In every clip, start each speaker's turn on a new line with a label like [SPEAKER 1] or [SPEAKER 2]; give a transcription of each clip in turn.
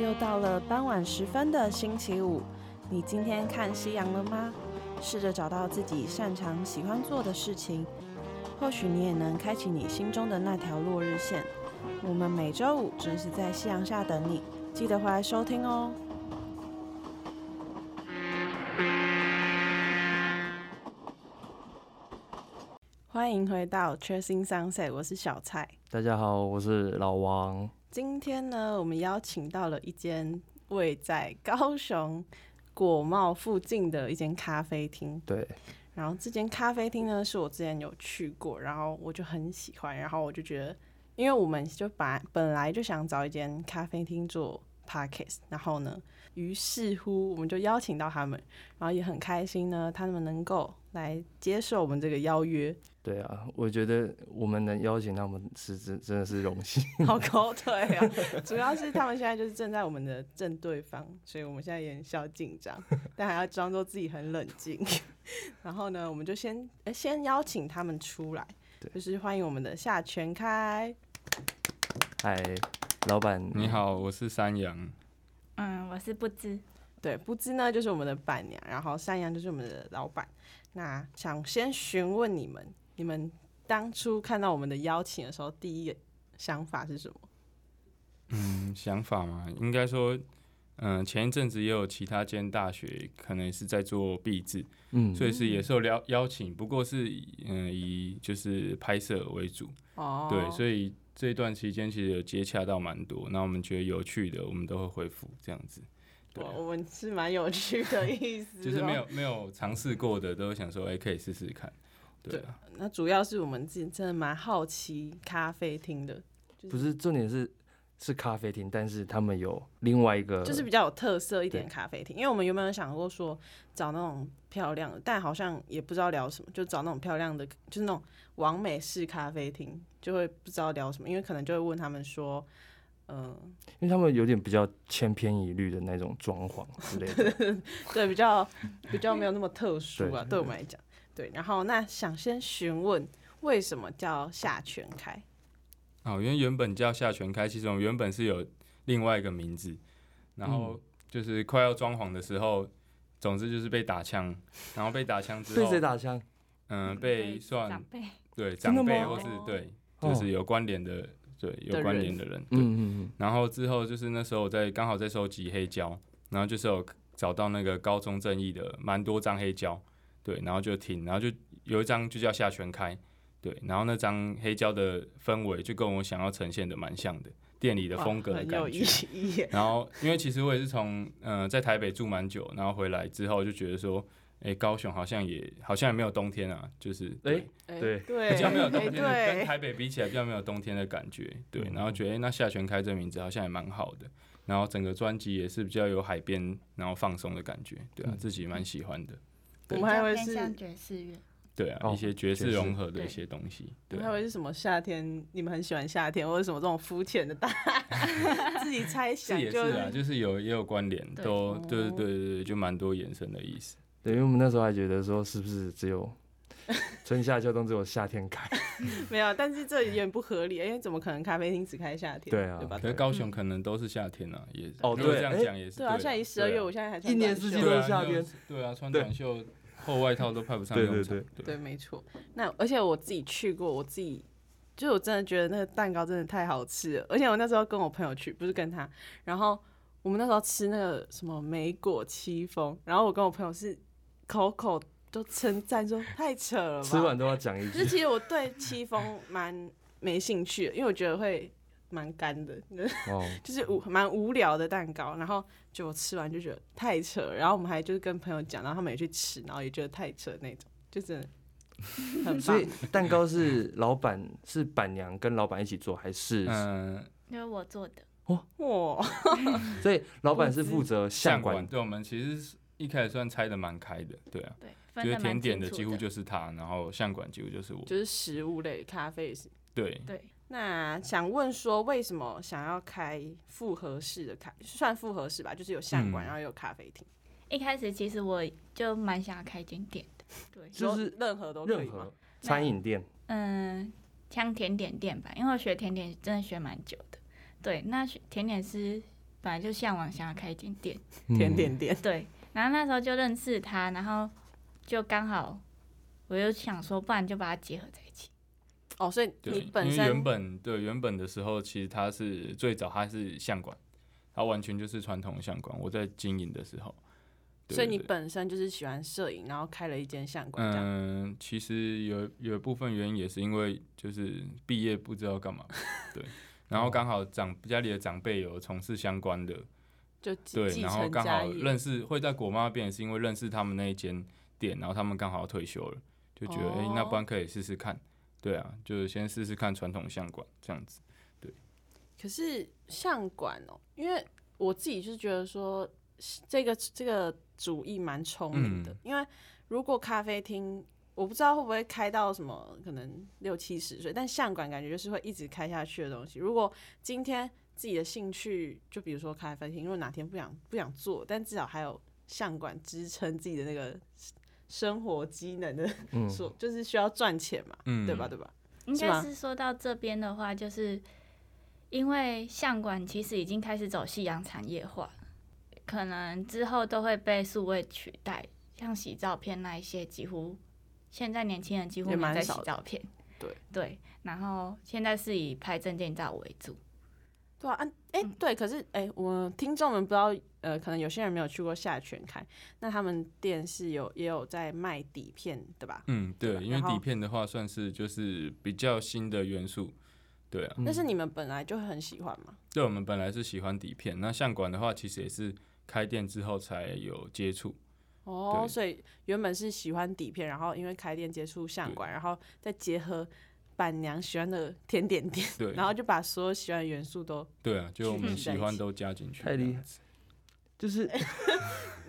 [SPEAKER 1] 又到了傍晚时分的星期五，你今天看夕阳了吗？试着找到自己擅长、喜欢做的事情，或许你也能开启你心中的那条落日线。我们每周五准时在夕阳下等你，记得回来收听哦。欢迎回到《Chasing Sunset》，我是小蔡。
[SPEAKER 2] 大家好，我是老王。
[SPEAKER 1] 今天呢，我们邀请到了一间位在高雄果贸附近的一间咖啡厅。
[SPEAKER 2] 对，
[SPEAKER 1] 然后这间咖啡厅呢，是我之前有去过，然后我就很喜欢，然后我就觉得，因为我们就把本来就想找一间咖啡厅做 podcast，然后呢，于是乎我们就邀请到他们，然后也很开心呢，他们能够来接受我们这个邀约，
[SPEAKER 2] 对啊，我觉得我们能邀请他们是真真的是荣 幸。
[SPEAKER 1] 好狗腿啊！主要是他们现在就是站在我们的正对方，所以我们现在也很小紧 张，但还要装作自己很冷静。 然后呢，我们就先、呃先邀请他们出来，
[SPEAKER 2] 对
[SPEAKER 1] 就是欢迎我们的夏全开。
[SPEAKER 2] 嗨，哎老板，
[SPEAKER 3] 你。好，我是山羊。
[SPEAKER 4] 嗯，我是不知。
[SPEAKER 1] 对，不知呢就是我们的伴娘，然后山羊就是我们的老板。那想先询问你们，你们当初看到我们的邀请的时候，第一个想法是什么？
[SPEAKER 3] 嗯，想法嘛，应该说，嗯、前一阵子也有其他间大学可能是在做壁纸，
[SPEAKER 2] 嗯，
[SPEAKER 3] 所以是也受邀邀请，不过是嗯、以就是拍摄为主，
[SPEAKER 1] 哦
[SPEAKER 3] 对，所以这一段期间其实有接洽到蛮多，那我们觉得有趣的，我们都会回复这样子，对
[SPEAKER 1] 哦我我们是蛮有趣的意思、哦，
[SPEAKER 3] 就是没有没有尝试过的，都想说，哎、可以试试看，对啊，
[SPEAKER 1] 那主要是我们自己真的蛮好奇咖啡厅的，
[SPEAKER 2] 不是重点是是咖啡厅，但是他们有另外一
[SPEAKER 3] 呃
[SPEAKER 2] 个，
[SPEAKER 1] 就是比较有特色一点
[SPEAKER 2] 对
[SPEAKER 1] 的咖啡厅。因为我们原本有想过说找那种漂亮的，但好像也不知道聊什么，就找那种漂亮的，就是那种完美式咖啡厅，就会不知道聊什么，因为可能就会问他们说，嗯、
[SPEAKER 2] 因为他们有点比较千篇一律的那种装潢之类 的。
[SPEAKER 1] 对，比较比较没有那么特殊啊，
[SPEAKER 2] 对
[SPEAKER 1] 对我们来讲，对。然后那想先询问为什么叫夏全开？
[SPEAKER 3] 哦，因为原本叫夏全开，其实我们原本是有另外一个名字，然
[SPEAKER 2] 嗯
[SPEAKER 3] 后就是快要装潢的时候，总之就是被打枪，然后被打枪之
[SPEAKER 2] 被
[SPEAKER 3] 后，
[SPEAKER 2] 谁打枪？
[SPEAKER 3] 嗯、
[SPEAKER 4] 对
[SPEAKER 3] 被
[SPEAKER 4] 长
[SPEAKER 3] 算
[SPEAKER 4] 辈。
[SPEAKER 3] 对
[SPEAKER 2] 真的
[SPEAKER 3] 长辈
[SPEAKER 2] 吗
[SPEAKER 3] 或是对，
[SPEAKER 2] 哦
[SPEAKER 3] 就是有关联的，对有
[SPEAKER 1] 的
[SPEAKER 3] 关
[SPEAKER 1] 人
[SPEAKER 3] 联的人，对。
[SPEAKER 2] 嗯嗯嗯，
[SPEAKER 3] 然后之后就是那时候我在刚好在收集黑胶，然后就是有找到那个高中正义的蛮多张黑胶，对，然后就听，然后就有一张就叫下全开，对，然后那张黑胶的氛围就跟我想要呈现的蛮像的，店里的
[SPEAKER 1] 哇
[SPEAKER 3] 风格的
[SPEAKER 1] 很有
[SPEAKER 3] 感
[SPEAKER 1] 意
[SPEAKER 3] 觉。啊
[SPEAKER 1] 义耶，
[SPEAKER 3] 然后因为其实我也是从呃在台北住蛮久，然后回来之后就觉得说，哎，高雄好像也好像也没有冬天啊，就是 对
[SPEAKER 2] 诶
[SPEAKER 1] 哎
[SPEAKER 2] 对
[SPEAKER 1] 对，
[SPEAKER 3] 比较没有冬
[SPEAKER 1] 哎
[SPEAKER 3] 天的，
[SPEAKER 1] 对
[SPEAKER 3] 跟，台北比起来比较没有冬天的感觉，对。
[SPEAKER 2] 嗯
[SPEAKER 3] 然后觉得、诶那夏全开这名字好像也蛮好的，然后整个专辑也是比较有海边，然后放松的感觉，对啊，
[SPEAKER 2] 嗯
[SPEAKER 3] 自己蛮喜欢的，
[SPEAKER 1] 我
[SPEAKER 3] 对
[SPEAKER 1] 们还以为
[SPEAKER 4] 偏
[SPEAKER 1] 是
[SPEAKER 4] 向爵士乐，
[SPEAKER 3] 对啊，
[SPEAKER 2] 哦
[SPEAKER 3] 一些
[SPEAKER 2] 爵
[SPEAKER 3] 爵
[SPEAKER 2] 士
[SPEAKER 3] 士融合的
[SPEAKER 4] 对
[SPEAKER 3] 一些东西，
[SPEAKER 1] 我
[SPEAKER 3] 对
[SPEAKER 1] 还
[SPEAKER 3] 啊、
[SPEAKER 1] 以为是什么夏天，你们很喜欢夏天，或者什么这种肤浅 的答案，自己猜
[SPEAKER 3] 是
[SPEAKER 1] 想
[SPEAKER 3] 也是
[SPEAKER 1] 就
[SPEAKER 3] 啊，就是有也有关联，
[SPEAKER 4] 对
[SPEAKER 3] 都
[SPEAKER 1] 哦
[SPEAKER 3] 对对对对，就蛮多延伸的意思。
[SPEAKER 2] 对，因为我们那时候还觉得说是不是只 有春夏秋冬只有夏天开？
[SPEAKER 1] 没有，但是这有点不合理，因为怎么可能咖啡厅只开夏天？
[SPEAKER 2] 对啊
[SPEAKER 1] 对吧
[SPEAKER 3] 可？是高雄可能都是夏天啊，也
[SPEAKER 2] 哦
[SPEAKER 3] 如果
[SPEAKER 2] 对
[SPEAKER 3] 这样
[SPEAKER 2] 诶
[SPEAKER 3] 讲也
[SPEAKER 1] 嗯
[SPEAKER 3] 是
[SPEAKER 1] 对啊，现在已十二
[SPEAKER 3] 对
[SPEAKER 1] 月，
[SPEAKER 3] 啊
[SPEAKER 1] 我现在还
[SPEAKER 2] 一年四季
[SPEAKER 1] 季
[SPEAKER 2] 都
[SPEAKER 3] 对
[SPEAKER 2] 是
[SPEAKER 3] 啊
[SPEAKER 2] 夏
[SPEAKER 3] 又
[SPEAKER 2] 天。
[SPEAKER 3] 对啊，穿
[SPEAKER 2] 对
[SPEAKER 3] 短袖厚外套都派不上
[SPEAKER 2] 对
[SPEAKER 3] 用
[SPEAKER 2] 对
[SPEAKER 3] 场，对
[SPEAKER 1] 对，没错。那而且我自己去过，我自己就我真的觉得那个蛋糕真的太好吃了，而且我那时候跟我朋友去，不是跟他，然后我们那时候吃那个什么莓果戚风，然后我跟我朋友是口口都称赞说太扯了吧，
[SPEAKER 2] 吃完都要讲一
[SPEAKER 1] 可是
[SPEAKER 2] 句，
[SPEAKER 1] 其实我对戚风蛮没兴趣的，因为我觉得会蛮干的，
[SPEAKER 2] 哦，
[SPEAKER 1] 就是无蛮无聊的蛋糕。然后就我吃完就觉得太扯了，然后我们还就是跟朋友讲，然后他们也去吃，然后也觉得太扯那种，就真的 很
[SPEAKER 2] 所
[SPEAKER 1] 棒
[SPEAKER 2] 以。蛋糕是老板是板娘跟老板一起做，还是？
[SPEAKER 3] 嗯、
[SPEAKER 4] 就是我做的。
[SPEAKER 1] 哇，
[SPEAKER 2] 所以老板是负责
[SPEAKER 3] 相
[SPEAKER 2] 相
[SPEAKER 3] 馆
[SPEAKER 2] 馆，
[SPEAKER 3] 对我们其实是一开始算拆的蛮开的，对啊，
[SPEAKER 4] 对，
[SPEAKER 3] 就是
[SPEAKER 4] 分得
[SPEAKER 3] 甜
[SPEAKER 4] 蛮
[SPEAKER 3] 点
[SPEAKER 4] 清
[SPEAKER 3] 的几
[SPEAKER 4] 楚
[SPEAKER 3] 乎
[SPEAKER 4] 的。
[SPEAKER 3] 就是他，然后相馆几乎就是我，
[SPEAKER 1] 就是食物类，咖啡也是。
[SPEAKER 3] 对，
[SPEAKER 4] 对，
[SPEAKER 1] 那想问说，为什么想要开复合式的咖，算复合式吧，就是有相馆，
[SPEAKER 3] 嗯
[SPEAKER 1] 然后有咖啡厅，
[SPEAKER 4] 一开始其实我就蛮想要开一间店的。对，
[SPEAKER 2] 就是
[SPEAKER 1] 说任何都可
[SPEAKER 2] 任
[SPEAKER 1] 以吗
[SPEAKER 2] 何？餐饮店，
[SPEAKER 4] 嗯，像甜点店吧，因为我学甜点真的学蛮久的。对，那学甜点师本来就向往想要开一间店，
[SPEAKER 2] 嗯
[SPEAKER 1] 甜点
[SPEAKER 3] 嗯
[SPEAKER 1] 店，
[SPEAKER 4] 对。然后那时候就认识他，然后就刚好我又想说，不然就把它结合在一起。
[SPEAKER 1] 哦，所以
[SPEAKER 3] 对，
[SPEAKER 1] 你
[SPEAKER 3] 因
[SPEAKER 1] 本
[SPEAKER 3] 为
[SPEAKER 1] 身
[SPEAKER 3] 原本对原本的时候，其实他是最早他是相馆，他完全就是传统的相馆。我在经营的时候，对
[SPEAKER 1] 所以你
[SPEAKER 3] 对
[SPEAKER 1] 本身就是喜欢摄影，然后开了一间相馆这样。
[SPEAKER 3] 嗯，其实有有一部分原因也是因为就是毕业不知道干嘛， 对，然后刚好长家里的长辈有从事相关的，
[SPEAKER 1] 就继
[SPEAKER 3] 对，
[SPEAKER 1] 继
[SPEAKER 3] 然后
[SPEAKER 1] 承
[SPEAKER 3] 刚
[SPEAKER 1] 家
[SPEAKER 3] 好
[SPEAKER 1] 业。
[SPEAKER 3] 认识会在果妈那边，也是因为认识他们那一间店，然后他们刚好要退休了，就觉得哎、诶那
[SPEAKER 1] 哦
[SPEAKER 3] 不然可以试试看，对啊，就是先试试看传统相馆这样子。
[SPEAKER 1] 可是相馆哦，因为我自己就是觉得说这个这个主意蛮聪明的，
[SPEAKER 3] 嗯
[SPEAKER 1] 因为如果咖啡厅。我不知道会不会开到什么，可能六七十岁，但相馆感觉就是会一直开下去的东西。如果今天自己的兴趣，就比如说咖啡厅，如果哪天不想不想做，但至少还有相馆支撑自己的那个生活机能的
[SPEAKER 2] 嗯
[SPEAKER 1] 所，就是需要赚钱嘛，
[SPEAKER 3] 嗯
[SPEAKER 1] 对吧？对吧？
[SPEAKER 4] 应
[SPEAKER 1] 是吗
[SPEAKER 4] 该是说到这边的话，就是因为相馆其实已经开始走夕阳产业化了，可能之后都会被数位取代，像洗照片那一些，几乎现在年轻人几乎
[SPEAKER 1] 也
[SPEAKER 4] 没
[SPEAKER 1] 蛮
[SPEAKER 4] 有在洗
[SPEAKER 1] 少的
[SPEAKER 4] 照片。
[SPEAKER 1] 对
[SPEAKER 4] 对，然后现在是以拍证件照为主。
[SPEAKER 1] 对啊，啊哎、
[SPEAKER 4] 嗯
[SPEAKER 1] 对，可是哎、我听众们不知道，呃，可能有些人没有去过下泉开，那他们店是有也有在卖底片的吧？
[SPEAKER 3] 嗯，
[SPEAKER 1] 对
[SPEAKER 3] 对
[SPEAKER 1] 吧，
[SPEAKER 3] 因为
[SPEAKER 1] 然后
[SPEAKER 3] 底片的话算是就是比较新的元素，对啊，
[SPEAKER 1] 但是你们本来就很喜欢嘛，
[SPEAKER 3] 对我们本来是喜欢底片，那相馆的话其实也是开店之后才有接触，
[SPEAKER 1] 哦，
[SPEAKER 3] 对
[SPEAKER 1] 所以原本是喜欢底片，然后因为开店接触相馆，然后再结合板娘喜欢的甜点店，
[SPEAKER 3] 对
[SPEAKER 1] 然后就把所有喜欢的元素都，
[SPEAKER 3] 对啊，就我们喜欢都加进去，
[SPEAKER 2] 太厉害，就是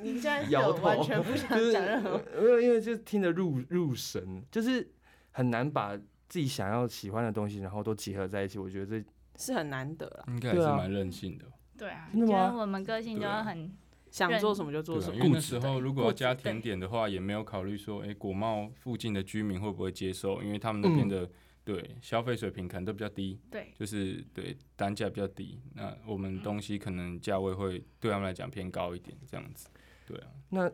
[SPEAKER 1] 你现在是
[SPEAKER 2] 摇
[SPEAKER 1] 有
[SPEAKER 2] 头，
[SPEAKER 1] 哎完全不想
[SPEAKER 2] 就是
[SPEAKER 1] 讲任何，
[SPEAKER 2] 没有，因为就听得入入神，就是很难把自己想要喜欢的东西，然后都结合在一起。我觉得这
[SPEAKER 1] 是很难得啦，
[SPEAKER 3] 应该也是
[SPEAKER 2] 对啊
[SPEAKER 3] 蛮任性的。
[SPEAKER 4] 对啊，
[SPEAKER 2] 真的吗
[SPEAKER 4] 就是我们个性就
[SPEAKER 3] 对啊
[SPEAKER 4] 很
[SPEAKER 1] 想做什么就做
[SPEAKER 3] 对、啊
[SPEAKER 1] 什，
[SPEAKER 3] 因
[SPEAKER 1] 么
[SPEAKER 3] 为。
[SPEAKER 2] 固
[SPEAKER 3] 那
[SPEAKER 2] 执
[SPEAKER 3] 时候如果
[SPEAKER 4] 固
[SPEAKER 3] 要
[SPEAKER 4] 执
[SPEAKER 3] 加
[SPEAKER 4] 对
[SPEAKER 3] 甜点的话，也没有考虑说，哎、果贸附近的居民会不会接受，因为他们那
[SPEAKER 2] 嗯
[SPEAKER 3] 边的、对消费水平可能都比较低，
[SPEAKER 4] 对，
[SPEAKER 3] 就是对单价比较低，那我们东西可能价位会对他们来讲偏高一点，这样子，对啊，
[SPEAKER 2] 那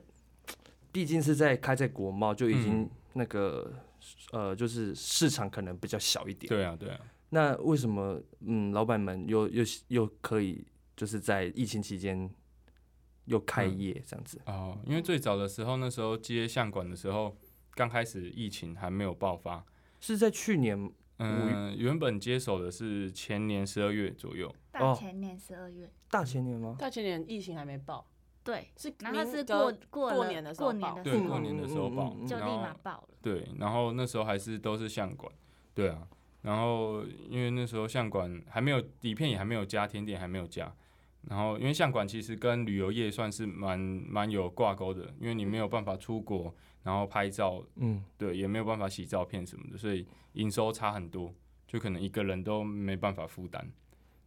[SPEAKER 2] 毕竟是在开在国贸，就已经
[SPEAKER 3] 嗯
[SPEAKER 2] 那个、呃，就是市场可能比较小一点。
[SPEAKER 3] 对啊，对啊。
[SPEAKER 2] 那为什么嗯，老板们又又又可以就是在疫情期间又开
[SPEAKER 3] 嗯
[SPEAKER 2] 业这样子？
[SPEAKER 3] 哦，因为最早的时候，那时候接相馆的时候，刚开始疫情还没有爆发。
[SPEAKER 2] 是在去年
[SPEAKER 3] 嗯，原本接手的是前年十二月左右，
[SPEAKER 2] 哦
[SPEAKER 4] 大前年十二月。
[SPEAKER 2] 大前年吗？
[SPEAKER 1] 大前年疫情还没爆，
[SPEAKER 4] 对，
[SPEAKER 1] 是
[SPEAKER 4] 然后是
[SPEAKER 1] 民革
[SPEAKER 4] 过过了
[SPEAKER 1] 过年的时候
[SPEAKER 4] 过年
[SPEAKER 1] 爆
[SPEAKER 4] 的时
[SPEAKER 3] 对，
[SPEAKER 4] 候
[SPEAKER 3] 过年的时候爆
[SPEAKER 2] 嗯嗯嗯嗯嗯，
[SPEAKER 4] 就立
[SPEAKER 3] 然后
[SPEAKER 4] 马爆了。
[SPEAKER 3] 对，然后那时候还是都是相馆，对啊，然后因为那时候相馆还没有底片也还没有加，甜点还没有加，然后因为相馆其实跟旅游业算是蛮蛮有挂钩的，因为你没有办法出国，然后拍照
[SPEAKER 2] 嗯，
[SPEAKER 3] 对，也没有办法洗照片什么的，所以营收差很多，就可能一个人都没办法负担。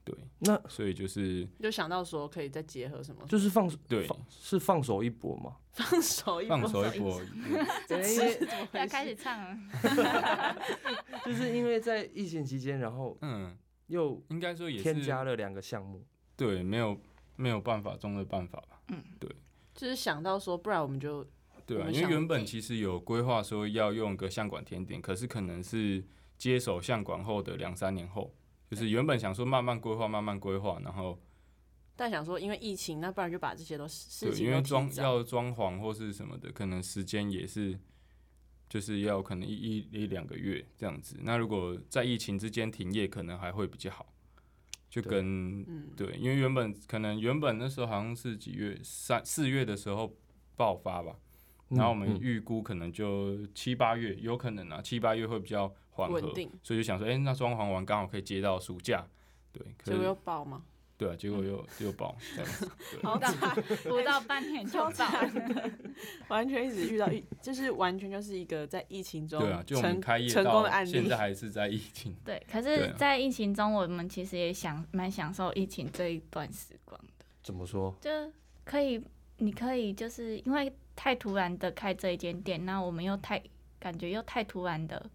[SPEAKER 3] 对，
[SPEAKER 2] 那
[SPEAKER 3] 所以就是
[SPEAKER 1] 就想到说可以再结合什么，
[SPEAKER 2] 就是放
[SPEAKER 3] 对
[SPEAKER 2] 放是放手一搏嘛。
[SPEAKER 1] 放手一
[SPEAKER 3] 放
[SPEAKER 1] 搏
[SPEAKER 3] 手
[SPEAKER 4] 手
[SPEAKER 3] 一
[SPEAKER 4] 一
[SPEAKER 3] 搏，
[SPEAKER 4] 不要开始唱了，
[SPEAKER 2] 就是因为在疫情期间，然后
[SPEAKER 3] 嗯，
[SPEAKER 2] 又
[SPEAKER 3] 应该说也是
[SPEAKER 2] 添加了两个项目，
[SPEAKER 3] 对，没有没有办法中的办法吧？
[SPEAKER 1] 就是想到说，不然我们就
[SPEAKER 3] 对
[SPEAKER 1] 我
[SPEAKER 3] 啊，
[SPEAKER 1] 们
[SPEAKER 3] 因为
[SPEAKER 1] 想
[SPEAKER 3] 原本其实有规划说要用个相馆甜点，可是可能是接手相馆后的两三年后，就是原本想说慢慢规划，慢慢规划，然后
[SPEAKER 1] 但想说，因为疫情，那不然就把这些都事
[SPEAKER 3] 对，
[SPEAKER 1] 事情
[SPEAKER 3] 因
[SPEAKER 1] 都
[SPEAKER 3] 为
[SPEAKER 1] 提
[SPEAKER 3] 装
[SPEAKER 1] 早
[SPEAKER 3] 要装潢或是什么的，可能时间也是，就是要可能一一一两个月这样子。那如果在疫情之间停业，可能还会比较好。就
[SPEAKER 2] 对
[SPEAKER 3] 跟
[SPEAKER 1] 嗯
[SPEAKER 3] 对因为原本可能原本那时候好像是几月三四月的时候爆发吧，然后我们
[SPEAKER 2] 嗯
[SPEAKER 3] 预估可能就七八月，有可能啊，七八月会比较缓和
[SPEAKER 1] 稳，定，
[SPEAKER 3] 所以就想说，哎、那装潢完刚好可以接到暑假，对，
[SPEAKER 1] 结
[SPEAKER 3] 可
[SPEAKER 1] 果又嗯
[SPEAKER 3] 是
[SPEAKER 1] 爆吗？
[SPEAKER 3] 对啊，结果又又爆，这样子对
[SPEAKER 1] 好大，
[SPEAKER 4] 不到半年就爆了。
[SPEAKER 1] 完全一直遇到一， 就是完全就是一个在疫情中
[SPEAKER 3] 对啊，就我们
[SPEAKER 1] 成
[SPEAKER 3] 开业
[SPEAKER 1] 成功的
[SPEAKER 3] 到
[SPEAKER 1] 案
[SPEAKER 3] 现
[SPEAKER 1] 例
[SPEAKER 3] 在。还是在疫 情。
[SPEAKER 4] 对，可
[SPEAKER 3] 对
[SPEAKER 4] 是
[SPEAKER 3] 啊，
[SPEAKER 4] 在疫情中，我们其实也享蛮享受疫情这一段时光的，
[SPEAKER 2] 怎么说？
[SPEAKER 4] 就可以，你可以就是因为太突然的开这一间店，那我们又太感觉又太突然的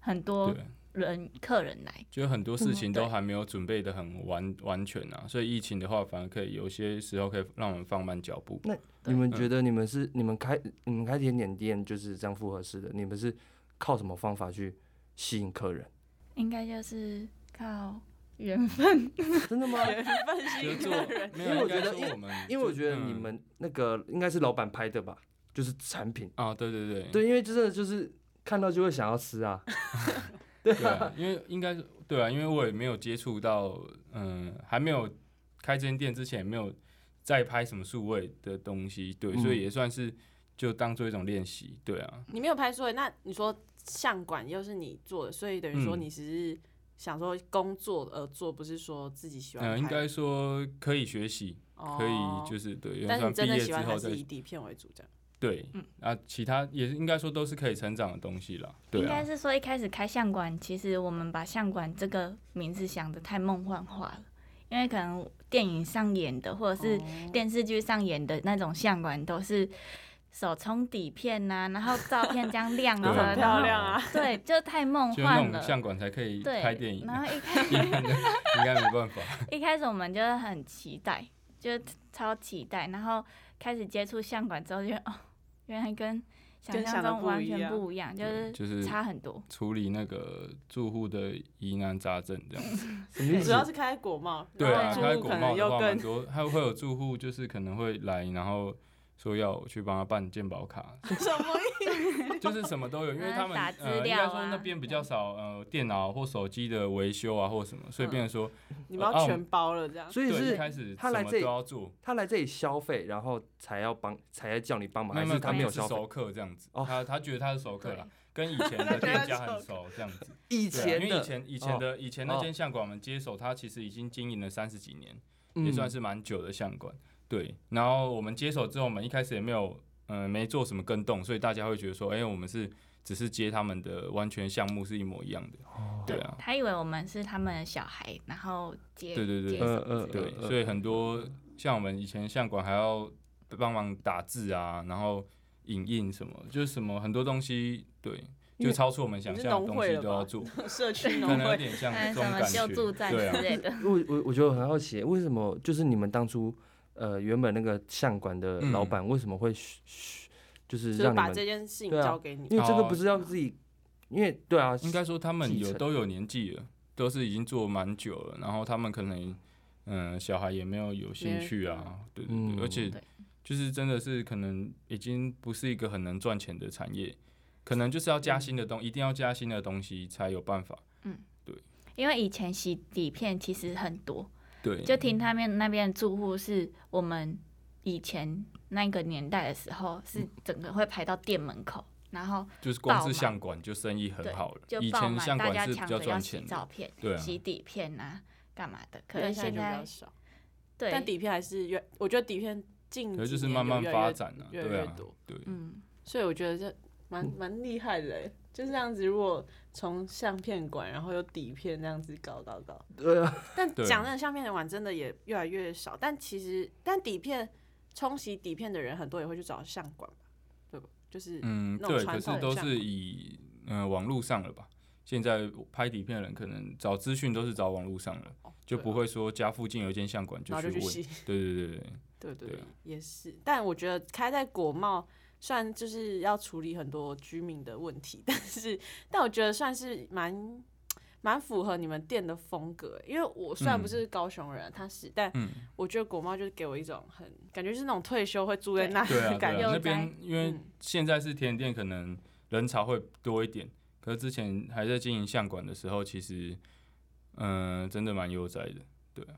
[SPEAKER 4] 很多
[SPEAKER 3] 对，
[SPEAKER 4] 人客人来。
[SPEAKER 3] 就很多事情
[SPEAKER 4] 嗯
[SPEAKER 3] 都
[SPEAKER 4] 对
[SPEAKER 3] 还没有准备的很完完全啊，所以疫情的话，反而可以有些时候可以让我们放慢脚步。
[SPEAKER 2] 你们觉得你们是你们开你们开甜点店就是这样复合式的，你们是靠什么方法去吸引客人？
[SPEAKER 4] 应该就是靠缘分。
[SPEAKER 2] 真的吗？
[SPEAKER 1] 分析
[SPEAKER 3] 就
[SPEAKER 1] 一
[SPEAKER 3] 做
[SPEAKER 1] 个人，
[SPEAKER 3] 没
[SPEAKER 2] 因为
[SPEAKER 3] 有，啊
[SPEAKER 2] 我
[SPEAKER 3] 应
[SPEAKER 2] 觉
[SPEAKER 3] 该
[SPEAKER 2] 得
[SPEAKER 3] 说我们
[SPEAKER 2] 因为我觉得
[SPEAKER 3] 嗯
[SPEAKER 2] 你们那个应该是老板拍的吧，就是产品。
[SPEAKER 3] 啊，对对对
[SPEAKER 2] 对，因为真的就是看到就会想要吃 啊。
[SPEAKER 3] 对啊，因为应该是对啊，因为我也没有接触到，嗯，还没有开这间店之前，也没有再拍什么数位的东西，对，
[SPEAKER 2] 嗯
[SPEAKER 3] 所以也算是就当做一种练习，对啊，
[SPEAKER 1] 你没有拍出来，那你说相馆又是你做的，所以等于说
[SPEAKER 3] 嗯
[SPEAKER 1] 你只是想说工作而做，不是说自己喜欢
[SPEAKER 3] 嗯、
[SPEAKER 1] 拍。
[SPEAKER 3] 应该说可以学习，可
[SPEAKER 1] 哦
[SPEAKER 3] 以就是对，也
[SPEAKER 1] 但是
[SPEAKER 3] 算
[SPEAKER 1] 你
[SPEAKER 3] 毕
[SPEAKER 1] 真的
[SPEAKER 3] 业
[SPEAKER 1] 喜
[SPEAKER 3] 之
[SPEAKER 1] 欢还
[SPEAKER 3] 后再
[SPEAKER 1] 是以底片为主这样。
[SPEAKER 3] 对，
[SPEAKER 4] 嗯
[SPEAKER 3] 啊，其他也是应该说都是可以成长的东西啦，对
[SPEAKER 4] 应
[SPEAKER 3] 啊
[SPEAKER 4] 该，是说一开始开相馆，其实我们把相馆这个名字想的太梦幻化了，因为可能电影上演的或者是
[SPEAKER 1] 哦
[SPEAKER 4] 电视剧上演的那种相馆都是手冲底片呐、然后照片这样亮
[SPEAKER 3] 对
[SPEAKER 4] 啊，
[SPEAKER 1] 很
[SPEAKER 4] 然
[SPEAKER 1] 漂
[SPEAKER 4] 后
[SPEAKER 1] 亮 啊！
[SPEAKER 4] 对，就太梦
[SPEAKER 3] 就那
[SPEAKER 4] 幻了
[SPEAKER 3] 种。相馆才可以
[SPEAKER 4] 对，
[SPEAKER 3] 拍电影，
[SPEAKER 4] 然后一开
[SPEAKER 3] 一般的 应该没办法，
[SPEAKER 4] 一开始我们就是很期待，就是超期待，然后开始接触相馆之后就觉得，哦，原来跟想
[SPEAKER 1] 跟想
[SPEAKER 4] 象
[SPEAKER 1] 的
[SPEAKER 4] 中
[SPEAKER 1] 不
[SPEAKER 4] 完
[SPEAKER 1] 一
[SPEAKER 4] 全
[SPEAKER 1] 样
[SPEAKER 4] 不一样，就
[SPEAKER 3] 对就是
[SPEAKER 4] 是差很多。
[SPEAKER 3] 处理那个住户的疑难杂症这样子。
[SPEAKER 2] 什么意
[SPEAKER 1] 主要
[SPEAKER 2] 思？
[SPEAKER 1] 是开国贸，
[SPEAKER 3] 对啊，
[SPEAKER 1] 然后
[SPEAKER 3] 开
[SPEAKER 1] 哦住户
[SPEAKER 3] 国
[SPEAKER 1] 可
[SPEAKER 3] 贸
[SPEAKER 1] 能
[SPEAKER 3] 的
[SPEAKER 1] 又
[SPEAKER 3] 话，蛮
[SPEAKER 1] 更
[SPEAKER 3] 多，还会有住户就是可能会来，然后说要我去帮他办健保卡，
[SPEAKER 1] 什么意
[SPEAKER 3] 就是什么都有，因为他们、
[SPEAKER 4] 打资
[SPEAKER 3] 呃，应
[SPEAKER 4] 料
[SPEAKER 3] 该
[SPEAKER 4] 啊
[SPEAKER 3] 说那边比较少呃电脑或手机的维修啊或什么，所以变成说、
[SPEAKER 1] 思？你们要
[SPEAKER 3] 啊我
[SPEAKER 1] 全包了这样。
[SPEAKER 2] 所以
[SPEAKER 3] 对一
[SPEAKER 2] 是
[SPEAKER 3] 开始
[SPEAKER 2] 他
[SPEAKER 3] 什
[SPEAKER 2] 来
[SPEAKER 3] 么
[SPEAKER 2] 这
[SPEAKER 3] 都
[SPEAKER 2] 里
[SPEAKER 3] 要做，
[SPEAKER 2] 他来这里消费，然后才要帮，才要叫你帮忙，还
[SPEAKER 3] 没
[SPEAKER 2] 是
[SPEAKER 3] 有
[SPEAKER 2] 他没
[SPEAKER 3] 有
[SPEAKER 2] 有
[SPEAKER 3] 可能
[SPEAKER 2] 消
[SPEAKER 3] 是熟
[SPEAKER 2] 费？
[SPEAKER 3] 客这样子，
[SPEAKER 2] 哦
[SPEAKER 3] 他他觉得他是熟客啦
[SPEAKER 4] 对，
[SPEAKER 3] 跟以前的店家很熟 这样子。
[SPEAKER 2] 以
[SPEAKER 3] 对啊
[SPEAKER 2] 前
[SPEAKER 3] 因为以
[SPEAKER 2] 的哦
[SPEAKER 3] 前以前的、以前那间相馆，我们接手它其实已经经营了三十几年。也算
[SPEAKER 2] 是
[SPEAKER 3] 是蛮久的相馆。对，然后我们接手之后，我们一开始也没有，嗯、没做什么更动，所以大家会觉得说，哎、我们是只是接他们的，完全项目是一模一样的。
[SPEAKER 2] 哦
[SPEAKER 3] 对啊，
[SPEAKER 4] 他以为我们是他们的小孩，然后接
[SPEAKER 3] 对对对
[SPEAKER 4] 接
[SPEAKER 3] 嗯
[SPEAKER 4] 手
[SPEAKER 2] 嗯
[SPEAKER 4] 之类的
[SPEAKER 3] 对，
[SPEAKER 2] 呃
[SPEAKER 3] 所以很多像我们以前相馆还要帮忙打字啊，然后影印什么，就是什么很多东西，对，
[SPEAKER 1] 因为
[SPEAKER 3] 就超出我们想
[SPEAKER 1] 你是
[SPEAKER 3] 象的
[SPEAKER 1] 农
[SPEAKER 3] 东
[SPEAKER 1] 会
[SPEAKER 3] 西
[SPEAKER 1] 了
[SPEAKER 3] 都要
[SPEAKER 1] 吧
[SPEAKER 3] 做，
[SPEAKER 2] 哦
[SPEAKER 1] 社区
[SPEAKER 3] 可
[SPEAKER 1] 农
[SPEAKER 3] 能有
[SPEAKER 1] 会哎
[SPEAKER 3] 点像这
[SPEAKER 4] 嗯
[SPEAKER 3] 种
[SPEAKER 4] 什么
[SPEAKER 3] 感
[SPEAKER 4] 救助
[SPEAKER 3] 觉，
[SPEAKER 4] 站
[SPEAKER 3] 对
[SPEAKER 4] 之
[SPEAKER 3] 啊，
[SPEAKER 4] 类的，
[SPEAKER 2] 我我我觉得我很好奇，为什么就是你们当初呃原本那个相馆的
[SPEAKER 3] 嗯
[SPEAKER 2] 老板为什么会嘘嘘就是
[SPEAKER 1] 就是
[SPEAKER 2] 让你
[SPEAKER 1] 把
[SPEAKER 2] 们
[SPEAKER 1] 这，件事情
[SPEAKER 2] 对啊
[SPEAKER 1] 交给你。
[SPEAKER 2] 因为这个
[SPEAKER 3] 哦
[SPEAKER 2] 不是要自己，因为对啊，
[SPEAKER 3] 应该说他们
[SPEAKER 2] 继
[SPEAKER 3] 有
[SPEAKER 2] 承
[SPEAKER 3] 都有年纪了，都是已经做蛮久了，然后他们可能嗯、小孩也没有有兴趣啊，对对对，
[SPEAKER 2] 嗯
[SPEAKER 3] 而且
[SPEAKER 4] 对
[SPEAKER 3] 就是真的是可能已经不是一个很能赚钱的产业，可能就是要
[SPEAKER 1] 嗯
[SPEAKER 3] 加新的东，一定要加新的东西才有办法。
[SPEAKER 4] 因为以前洗底片其实很多，
[SPEAKER 3] 对，
[SPEAKER 4] 就听他们那边的住户是我们以前那个年代的时候，
[SPEAKER 3] 嗯
[SPEAKER 4] 是整个会排到店门口，然后
[SPEAKER 3] 就是光
[SPEAKER 4] 爆
[SPEAKER 3] 是
[SPEAKER 4] 满
[SPEAKER 3] 相馆就生意
[SPEAKER 4] 对
[SPEAKER 3] 很好了，
[SPEAKER 4] 就
[SPEAKER 3] 以
[SPEAKER 4] 爆
[SPEAKER 3] 前
[SPEAKER 4] 满，
[SPEAKER 3] 相
[SPEAKER 4] 大
[SPEAKER 3] 馆
[SPEAKER 4] 家
[SPEAKER 3] 是比
[SPEAKER 4] 抢
[SPEAKER 3] 较
[SPEAKER 4] 着要
[SPEAKER 3] 赚
[SPEAKER 4] 洗
[SPEAKER 3] 钱的，
[SPEAKER 4] 照片、
[SPEAKER 3] 对啊，
[SPEAKER 4] 洗底片啊，干嘛的。可
[SPEAKER 1] 对啊
[SPEAKER 4] 是
[SPEAKER 1] 现在
[SPEAKER 4] 现
[SPEAKER 1] 就比
[SPEAKER 4] 在
[SPEAKER 1] 较少，
[SPEAKER 4] 对，
[SPEAKER 1] 但底片还是越，我觉得底片近
[SPEAKER 3] 可是
[SPEAKER 1] 几
[SPEAKER 3] 就是
[SPEAKER 1] 年
[SPEAKER 3] 慢
[SPEAKER 1] 有
[SPEAKER 3] 慢
[SPEAKER 1] 越来
[SPEAKER 3] 发
[SPEAKER 1] 越
[SPEAKER 3] 展啊，
[SPEAKER 1] 越来
[SPEAKER 3] 对
[SPEAKER 1] 越
[SPEAKER 3] 啊
[SPEAKER 1] 多，
[SPEAKER 3] 对，
[SPEAKER 4] 嗯，
[SPEAKER 1] 所以我觉得这 蛮蛮厉害的欸，就是这样子。如果从相片馆，然后有底片这样子搞搞搞，
[SPEAKER 2] 呃
[SPEAKER 1] 但
[SPEAKER 3] 对
[SPEAKER 1] 讲真的，相片馆真的也越来越少。但其实，但底片冲洗底片的人很多也会去找相馆吧，对吧？就是
[SPEAKER 3] 嗯，
[SPEAKER 1] 那种
[SPEAKER 3] 对，
[SPEAKER 1] 传
[SPEAKER 3] 可是
[SPEAKER 1] 统的
[SPEAKER 3] 都
[SPEAKER 1] 相
[SPEAKER 3] 是
[SPEAKER 1] 馆
[SPEAKER 3] 以呃网络上了吧？现在拍底片的人可能找资讯都是找网络上了，
[SPEAKER 1] 哦
[SPEAKER 3] 就
[SPEAKER 1] 对啊
[SPEAKER 3] 不会说家附近有一间相馆就
[SPEAKER 1] 然后
[SPEAKER 3] 去
[SPEAKER 1] 就去
[SPEAKER 3] 问。
[SPEAKER 1] 洗。
[SPEAKER 3] 对对对对，
[SPEAKER 1] 对对
[SPEAKER 3] 对
[SPEAKER 1] 对
[SPEAKER 3] 啊，
[SPEAKER 1] 也是。但我觉得开在国贸，虽然就是要处理很多居民的问题， 但是但我觉得算是蛮蛮符合你们店的风格。欸因为我虽然不
[SPEAKER 3] 嗯
[SPEAKER 1] 是高雄人啊，他是，但
[SPEAKER 3] 嗯，
[SPEAKER 1] 我觉得国贸就是给我一种很感觉是那种退休会住在那里
[SPEAKER 3] 对啊
[SPEAKER 1] 的感
[SPEAKER 3] 对
[SPEAKER 1] 觉。
[SPEAKER 3] 啊，
[SPEAKER 4] 悠
[SPEAKER 3] 那
[SPEAKER 4] 哉
[SPEAKER 3] 边因为
[SPEAKER 1] 嗯
[SPEAKER 3] 现在是甜点店，可能人潮会多一点，可是之前还在经营相馆的时候，其实嗯、呃真的蛮悠哉的。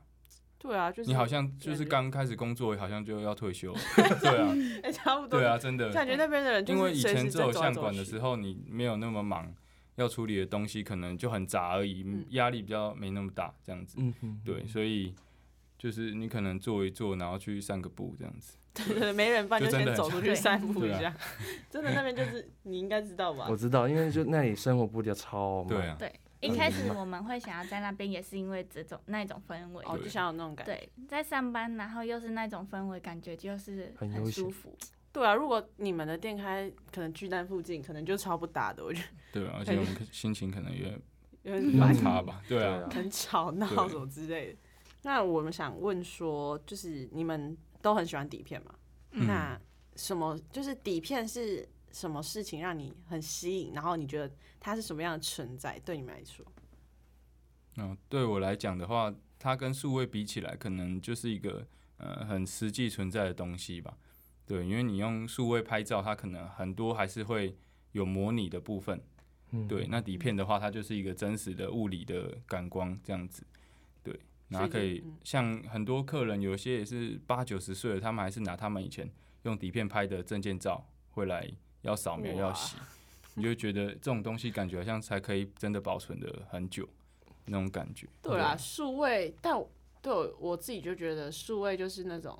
[SPEAKER 1] 对啊，就是
[SPEAKER 3] 你好像就是
[SPEAKER 1] 感觉
[SPEAKER 3] 刚开始工作，好像就要退 休了对啊，
[SPEAKER 1] 哎差不多。
[SPEAKER 3] 对啊，真的。
[SPEAKER 1] 感觉那边的人就
[SPEAKER 3] 因为
[SPEAKER 1] 是
[SPEAKER 3] 以
[SPEAKER 1] 随
[SPEAKER 3] 前
[SPEAKER 1] 时
[SPEAKER 3] 只
[SPEAKER 1] 在
[SPEAKER 3] 有
[SPEAKER 1] 走来
[SPEAKER 3] 相
[SPEAKER 1] 走
[SPEAKER 3] 馆的
[SPEAKER 1] 去
[SPEAKER 3] 时。候，你没有那么忙，要处理的东西可能就很杂而已
[SPEAKER 1] 嗯，
[SPEAKER 3] 压、力比较没那么大，这样子。
[SPEAKER 2] 嗯哼
[SPEAKER 3] 对，所以就是你可能坐一坐，然后去散个步，这样子。
[SPEAKER 1] 对对对，没人办
[SPEAKER 3] 就真
[SPEAKER 1] 先
[SPEAKER 3] 的
[SPEAKER 1] 走
[SPEAKER 3] 很
[SPEAKER 1] 出去
[SPEAKER 4] 对
[SPEAKER 1] 散步一
[SPEAKER 3] 对啊
[SPEAKER 1] 下。 真的那边就是你应该知道吧
[SPEAKER 2] 我？知道，因为就那里生活步调超慢，
[SPEAKER 3] 对啊，
[SPEAKER 4] 对。一开始我们会想要在那边，也是因为这种那种氛围。
[SPEAKER 1] 哦，就想有那种感觉。
[SPEAKER 4] 对，在上班，然后又是那种氛围，感觉就是
[SPEAKER 2] 很悠
[SPEAKER 4] 很
[SPEAKER 2] 闲
[SPEAKER 4] 舒服。
[SPEAKER 1] 对啊，如果你们的店开可能巨蛋附近，可能就超不搭的，我觉得
[SPEAKER 3] 对啊，而且我们可心情可能也
[SPEAKER 1] 有点
[SPEAKER 3] 有
[SPEAKER 1] 烦，
[SPEAKER 3] 差吧？对啊，
[SPEAKER 1] 很吵闹
[SPEAKER 3] 对
[SPEAKER 1] 什么之类的。那我们想问说，就是你们都很喜欢底片嘛？
[SPEAKER 3] 嗯
[SPEAKER 1] 那什么就是底片是什么事情让你很吸引？然后你觉得它是什么样的存在？对你们来说，
[SPEAKER 3] 嗯，对我来讲的话，它跟数位比起来，可能就是一个呃很实际存在的东西吧。对，因为你用数位拍照，它可能很多还是会有模拟的部分。
[SPEAKER 2] 嗯
[SPEAKER 3] 对，那底片的话，它就是一个真实的物理的感光这样子。对，然后
[SPEAKER 1] 所
[SPEAKER 3] 可
[SPEAKER 1] 以
[SPEAKER 3] 以
[SPEAKER 1] 就嗯
[SPEAKER 3] 像很多客人，有些也是八九十岁了，他们还是拿他们以前用底片拍的证件照回来要扫描
[SPEAKER 1] 哇
[SPEAKER 3] 要洗，你就会觉得这种东西感觉好像才可以真的保存的很久那种感觉。
[SPEAKER 1] 对啊啦，数位，但我对我我自己就觉得数位就是那种，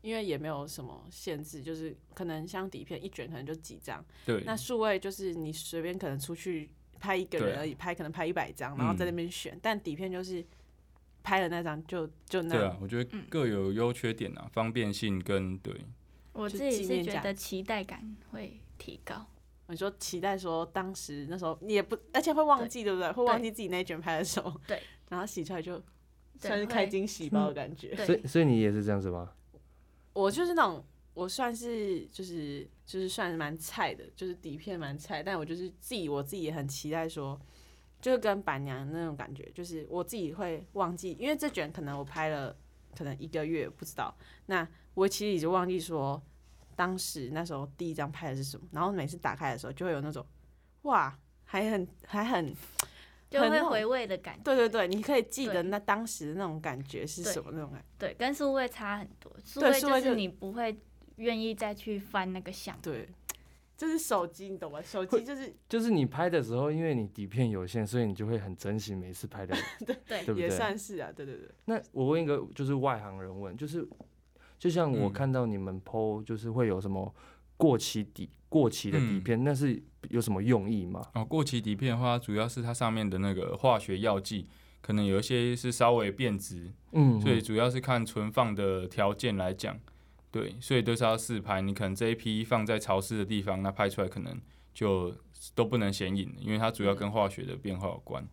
[SPEAKER 1] 因为也没有什么限制，就是可能像底片一卷可能就几张，
[SPEAKER 3] 对，
[SPEAKER 1] 那数位就是你随便可能出去拍一个
[SPEAKER 3] 对
[SPEAKER 1] 人
[SPEAKER 3] 啊嗯
[SPEAKER 1] 而已，拍可能拍一百张，然后在那边选，但底片就是拍了那张就就那，
[SPEAKER 3] 对啊，我觉得
[SPEAKER 1] 嗯
[SPEAKER 3] 各有优缺点啊，方便性跟对
[SPEAKER 4] 我
[SPEAKER 1] 就
[SPEAKER 4] 自己
[SPEAKER 1] 纪
[SPEAKER 4] 是
[SPEAKER 1] 念
[SPEAKER 4] 觉
[SPEAKER 1] 价
[SPEAKER 4] 得
[SPEAKER 1] 值
[SPEAKER 4] 期待感会提高，
[SPEAKER 1] 你说期待说当时那时候你也不，而且会忘记对不对？会忘记自己那一卷拍的时候，
[SPEAKER 4] 对，
[SPEAKER 1] 然后洗出来就
[SPEAKER 4] 对
[SPEAKER 1] 算是开
[SPEAKER 4] 会
[SPEAKER 1] 惊喜包的感觉。
[SPEAKER 2] 所
[SPEAKER 4] 对
[SPEAKER 2] 以，所以你也是这样子吗？
[SPEAKER 1] 我就是那种，我算是就是就是算是蛮菜的，就是底片蛮菜，但我就是自己我自己也很期待说，就是跟板娘那种感觉，就是我自己会忘记，因为这卷可能我拍了可能一个月不知道，那我其实已经忘记说当时那时候第一张拍的是什么，然后每次打开的时候就会有那种哇，还很还很
[SPEAKER 4] 就
[SPEAKER 1] 很那
[SPEAKER 4] 会
[SPEAKER 1] 种
[SPEAKER 4] 回味的感觉。
[SPEAKER 1] 对对对，你可以记
[SPEAKER 4] 对
[SPEAKER 1] 得那当时的那种感觉是什么那种感觉。
[SPEAKER 4] 对，跟数位差很多，数
[SPEAKER 1] 对
[SPEAKER 4] 位
[SPEAKER 1] 数
[SPEAKER 4] 就
[SPEAKER 1] 位就是
[SPEAKER 4] 你不会愿意再去翻那个相。
[SPEAKER 1] 对，就是手机，你懂吗？手机
[SPEAKER 2] 会
[SPEAKER 1] 就是
[SPEAKER 2] 就是你拍的时候，因为你底片有限，所以你就会很珍惜每次拍的，
[SPEAKER 4] 对
[SPEAKER 2] 对不
[SPEAKER 1] 也
[SPEAKER 2] 对？
[SPEAKER 1] 算是啊，对对对。
[SPEAKER 2] 那我问一个，就是外行人问，就是就像我
[SPEAKER 3] 嗯
[SPEAKER 2] 看到你们 PO，就是会有什么过期底过期的底
[SPEAKER 3] 嗯
[SPEAKER 2] 片，那是有什么用意吗？
[SPEAKER 3] 哦，过期底片的话，主要是它上面的那个化学药剂，可能有一些是稍微变质，
[SPEAKER 2] 嗯，
[SPEAKER 3] 所以主要是看存放的条件来讲，对，所以都是要试拍。你可能这一批放在潮湿的地方，那拍出来可能就都不能显影，因为它
[SPEAKER 1] 嗯
[SPEAKER 3] 主要跟化学的变化有关。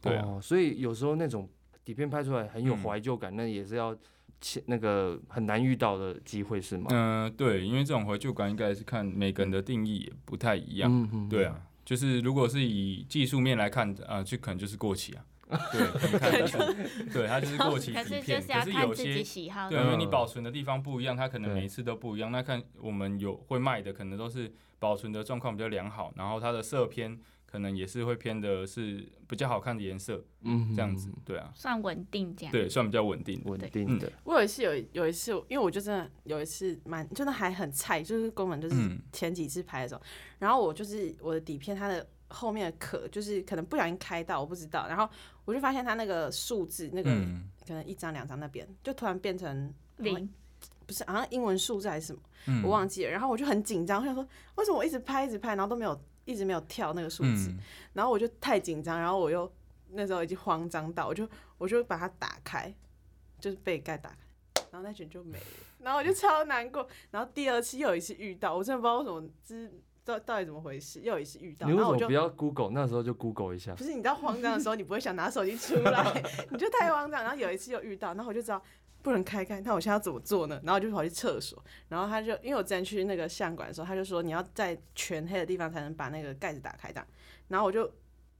[SPEAKER 3] 对啊
[SPEAKER 2] 哦，所以有时候那种底片拍出来很有
[SPEAKER 3] 嗯
[SPEAKER 2] 怀旧感，那也是要切那个很难遇到的机会是吗？
[SPEAKER 3] 嗯、对，因为这种怀旧感应该是看每个人的定义也不太一样。
[SPEAKER 2] 嗯嗯
[SPEAKER 3] 对，啊，就是如果是以技术面来看，啊、就可能就是过期啊。对，可能看就是对，它就是过期
[SPEAKER 4] 可
[SPEAKER 3] 底
[SPEAKER 4] 是就
[SPEAKER 3] 片。
[SPEAKER 4] 是要
[SPEAKER 3] 可是
[SPEAKER 4] 看
[SPEAKER 3] 有
[SPEAKER 4] 自己
[SPEAKER 3] 些
[SPEAKER 4] 喜好
[SPEAKER 3] 对，
[SPEAKER 4] 的。
[SPEAKER 3] 因为你
[SPEAKER 2] 嗯
[SPEAKER 3] 保存的地方不一样，它可能
[SPEAKER 2] 对
[SPEAKER 3] 每一次都不一样。那看我们有会卖的，可能都是保存的状况比较良好，然后它的色偏可能也是会偏的是比较好看的颜色，
[SPEAKER 2] 嗯
[SPEAKER 3] 这样子。对啊，
[SPEAKER 4] 算稳定这样。
[SPEAKER 3] 对，算比较稳定的。
[SPEAKER 2] 稳
[SPEAKER 4] 对
[SPEAKER 2] 定的，
[SPEAKER 3] 嗯
[SPEAKER 1] 我有一次有一有一次，因为我就真的有一次蛮真的还很菜，就是根本就是
[SPEAKER 3] 嗯
[SPEAKER 1] 前几次拍的时候，然后我就是我的底片它的后面的壳就是可能不小心开到，我不知道，然后我就发现它那个数字那个
[SPEAKER 3] 嗯
[SPEAKER 1] 可能一张两张那边就突然变成
[SPEAKER 4] 零，
[SPEAKER 1] 不是好像英文数字还是什么，
[SPEAKER 3] 嗯
[SPEAKER 1] 我忘记了，然后我就很紧张，我想说为什么我一直拍一直拍，然后都没有一直没有跳那个数字，
[SPEAKER 3] 嗯
[SPEAKER 1] 然后我就太紧张，然后我又那时候已经慌张到，我就我就把它打开，就是被盖打开，然后那卷就没了，然后我就超难过。然后第二次又有一次遇到，我真的不知道为什么知到到底怎么回事，又有一次遇到，
[SPEAKER 2] 你
[SPEAKER 1] 然
[SPEAKER 2] 为
[SPEAKER 1] 后我
[SPEAKER 2] 什么
[SPEAKER 1] 就
[SPEAKER 2] 不要 Google？那时候就 Google 一下
[SPEAKER 1] 不。是你知道慌张的时候，你不会想拿手机出来，你就太慌张。然后有一次又遇到，然后我就知道不能开盖，那我现在要怎么做呢？然后我就跑去厕所，然后他就因为我之前去那个相馆的时候，他就说你要在全黑的地方才能把那个盖子打开这样。然后我就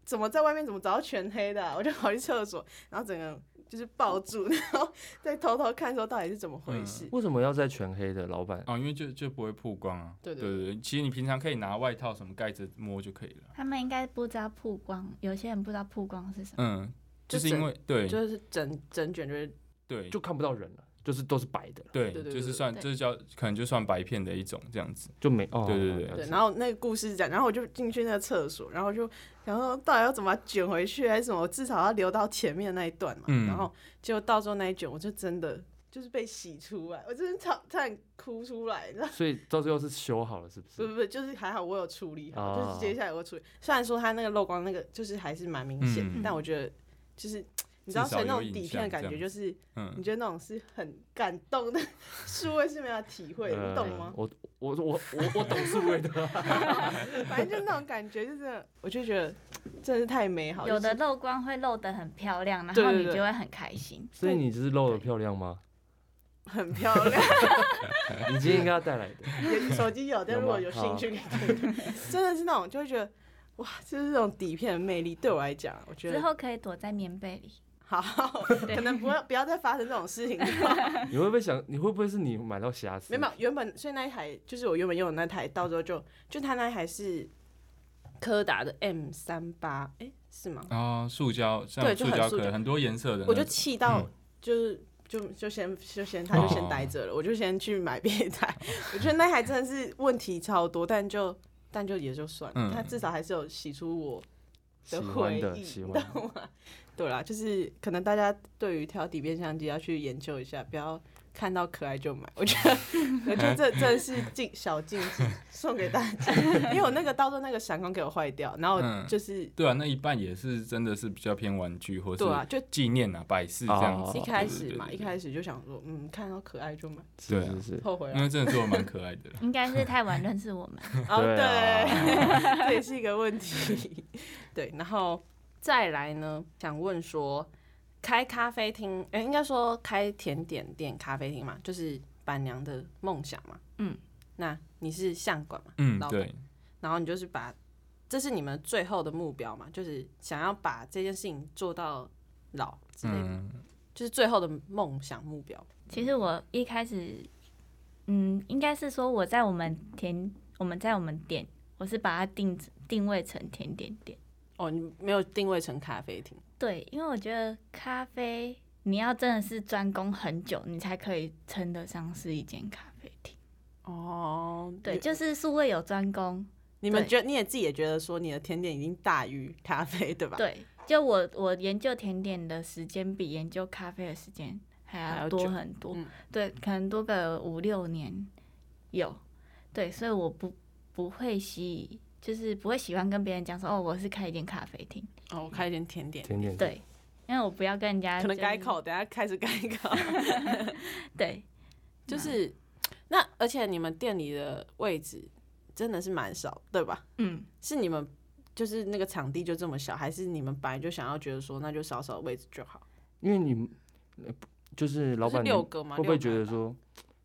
[SPEAKER 1] 怎么在外面怎么找到全黑的啊、我就跑去厕所，然后整个就是抱住，然后再偷偷看说到底是怎么回事。
[SPEAKER 2] 为什么要在全黑的？老板
[SPEAKER 3] 哦，因为就就不会曝光啊。
[SPEAKER 1] 对
[SPEAKER 3] 对
[SPEAKER 1] 对
[SPEAKER 3] 对，其实你平常可以拿外套什么盖着摸就可以了。
[SPEAKER 4] 他们应该不知道曝光，有些人不知道曝光是什么。
[SPEAKER 3] 嗯，
[SPEAKER 1] 就
[SPEAKER 3] 就是
[SPEAKER 1] 整
[SPEAKER 3] 因为对
[SPEAKER 1] 就是整整卷就是
[SPEAKER 3] 对
[SPEAKER 2] 就看不到人了，就是都是白的了，
[SPEAKER 3] 对，
[SPEAKER 1] 对对
[SPEAKER 3] 就是
[SPEAKER 1] 对
[SPEAKER 3] 算
[SPEAKER 4] 对
[SPEAKER 3] 这叫可能就算白片的一种这样子。
[SPEAKER 2] 就没哦。
[SPEAKER 3] 对对对
[SPEAKER 2] 了
[SPEAKER 1] 对，
[SPEAKER 2] 解
[SPEAKER 1] 然后那个故事是这样，然后我就进去那个厕所，然后就想说到底要怎么把它卷回去，还是什么，我至少要留到前面那一段嘛。
[SPEAKER 3] 嗯
[SPEAKER 1] 然后结果到最后那一卷，我就真的就是被洗出来，我真的差差点哭出来，你知道吗。
[SPEAKER 2] 所以到最后是修好了，是不
[SPEAKER 1] 不
[SPEAKER 2] 是？
[SPEAKER 1] 不不，就是还好我有处理好，
[SPEAKER 2] 哦
[SPEAKER 1] 就是接下来我有处理。虽然说它那个漏光那个就是还是蛮明显，
[SPEAKER 3] 嗯
[SPEAKER 1] 但我觉得就是你知道，
[SPEAKER 3] 至少
[SPEAKER 1] 所以那
[SPEAKER 3] 有
[SPEAKER 1] 种
[SPEAKER 3] 影
[SPEAKER 1] 底片的
[SPEAKER 3] 像
[SPEAKER 1] 感
[SPEAKER 3] 这
[SPEAKER 1] 觉，
[SPEAKER 3] 样
[SPEAKER 1] 就是
[SPEAKER 3] 嗯
[SPEAKER 1] 你，觉得那种是很感动的， 数位是没有体会的，
[SPEAKER 3] 呃
[SPEAKER 1] 你懂吗？
[SPEAKER 2] 我我我我我懂数位的，
[SPEAKER 1] 反正就那种感觉，就是我就觉得真是太美好。
[SPEAKER 4] 有
[SPEAKER 1] 就
[SPEAKER 4] 的
[SPEAKER 1] 是
[SPEAKER 4] 漏光会漏得很漂亮，然
[SPEAKER 1] 对
[SPEAKER 4] 后
[SPEAKER 1] 对
[SPEAKER 4] 你
[SPEAKER 1] 对
[SPEAKER 4] 就会很开心。
[SPEAKER 2] 所以你就是露的漂亮 吗？
[SPEAKER 1] 很漂 亮，
[SPEAKER 2] 你今天应该要带来的，
[SPEAKER 1] 有手机有，但
[SPEAKER 2] 有
[SPEAKER 1] 如果
[SPEAKER 2] 吗
[SPEAKER 1] 有兴
[SPEAKER 2] 好
[SPEAKER 1] 趣可以看看，真的是那种就会觉得哇，就是这种底片的魅力，对我来讲，我觉
[SPEAKER 4] 之
[SPEAKER 1] 得
[SPEAKER 4] 后可以躲在棉被里，
[SPEAKER 1] 好，可能不要不要再发生这种事情就好。
[SPEAKER 2] 你会不会想？你会不会是你买到瑕疵？
[SPEAKER 1] 没有，没有原本所以那一台就是我原本用的那台，到时候就就它那一台是柯达的 M 三八，哎，是吗？
[SPEAKER 3] 哦，塑胶
[SPEAKER 1] 对
[SPEAKER 3] 像
[SPEAKER 1] 就
[SPEAKER 3] 塑
[SPEAKER 1] 很
[SPEAKER 3] 胶
[SPEAKER 1] 塑
[SPEAKER 3] 壳
[SPEAKER 1] 胶
[SPEAKER 3] 很多颜色的那
[SPEAKER 1] 我就
[SPEAKER 3] 种，
[SPEAKER 1] 气到
[SPEAKER 3] 嗯
[SPEAKER 1] 就是。就就先就先，他就先
[SPEAKER 3] 哦
[SPEAKER 1] 待着了我就先去买别的台。 我觉得那台真的是问题超多，但就但就也就算了，
[SPEAKER 3] 嗯
[SPEAKER 1] 它至少还是有洗出我
[SPEAKER 2] 喜
[SPEAKER 1] 的
[SPEAKER 2] 欢
[SPEAKER 1] 回
[SPEAKER 2] 的，
[SPEAKER 1] 忆，
[SPEAKER 2] 喜
[SPEAKER 1] 你
[SPEAKER 2] 欢
[SPEAKER 1] 懂
[SPEAKER 2] 的。
[SPEAKER 1] 吗？ 对啦，就是可能大家对于挑底片相机要去研究一下，不要看到可爱就买。 我觉得，我觉得这这是禁小禁忌，送给大家。 因为我那个到时候那个闪光给我坏掉，然后
[SPEAKER 3] 嗯
[SPEAKER 1] 就是、
[SPEAKER 3] 对啊，那一半也是真的是比较偏玩具或是
[SPEAKER 1] 对啊，就
[SPEAKER 3] 纪念啊、摆饰这样
[SPEAKER 2] 哦
[SPEAKER 3] 子。
[SPEAKER 1] 一开始嘛，一开
[SPEAKER 3] 始，
[SPEAKER 1] 始就想说，嗯，看到可爱就买，
[SPEAKER 2] 是
[SPEAKER 3] 对啊
[SPEAKER 2] 是是，
[SPEAKER 1] 后悔
[SPEAKER 3] 因
[SPEAKER 1] 了。
[SPEAKER 3] 为真的做的蛮可爱的。
[SPEAKER 4] 应该 是太晚认识我们。
[SPEAKER 1] 哦，
[SPEAKER 2] 嗯对
[SPEAKER 1] 对，
[SPEAKER 2] 啊
[SPEAKER 1] 这也 是一个问题。 对，然后再来呢，想问说，开咖啡厅，哎、应该说开甜点店、咖啡厅嘛，就是板娘的梦想嘛。
[SPEAKER 4] 嗯，
[SPEAKER 1] 那你是相馆嘛？
[SPEAKER 3] 嗯
[SPEAKER 1] 老，板
[SPEAKER 3] 对，
[SPEAKER 1] 然后你就是把，这是你们最后的目标嘛，就是想要把这件事情做到老之类的，
[SPEAKER 3] 嗯，
[SPEAKER 1] 就是最后的梦想目标。
[SPEAKER 4] 其实我一开始，嗯，应该是说我在我们甜，我们在我们店，我是把它定定位成甜点店。
[SPEAKER 1] 哦，你没有定位成咖啡厅，
[SPEAKER 4] 对，因为我觉得咖啡你要真的是专攻很久，你才可以称得上是一间咖啡厅。
[SPEAKER 1] 哦，
[SPEAKER 4] 对，就是素位有专攻。
[SPEAKER 1] 你们
[SPEAKER 4] 对
[SPEAKER 1] 觉得你也自己也觉得说你的甜点已经大于咖啡，对吧？，
[SPEAKER 4] 对，就我我研究甜点的时间比研究咖啡的时间还
[SPEAKER 1] 还
[SPEAKER 4] 要
[SPEAKER 1] 要
[SPEAKER 4] 多
[SPEAKER 1] 久
[SPEAKER 4] 很多，
[SPEAKER 1] 嗯
[SPEAKER 4] 对，可能多个五六年有，对，所以我不不会喜，就是不会喜欢跟别人讲说哦，我是开一间咖啡厅，
[SPEAKER 1] 哦，我开一点甜点，
[SPEAKER 2] 甜点，
[SPEAKER 4] 对，因为我不要跟人家、
[SPEAKER 1] 可能改
[SPEAKER 4] 就是，
[SPEAKER 1] 口，等下开始改口，
[SPEAKER 4] 对，
[SPEAKER 1] 就是 那而且你们店里的位置真的是蛮少，对吧？
[SPEAKER 4] 嗯，
[SPEAKER 1] 是你们就是那个场地就这么小，还是你们本来就想要觉得说那就少少的位置就好？
[SPEAKER 2] 因为你呃不就是老
[SPEAKER 1] 不是
[SPEAKER 2] 板
[SPEAKER 1] 六
[SPEAKER 2] 会
[SPEAKER 1] 个吗？
[SPEAKER 2] 不会
[SPEAKER 1] 六个
[SPEAKER 2] 觉得
[SPEAKER 1] 吧？
[SPEAKER 2] 说，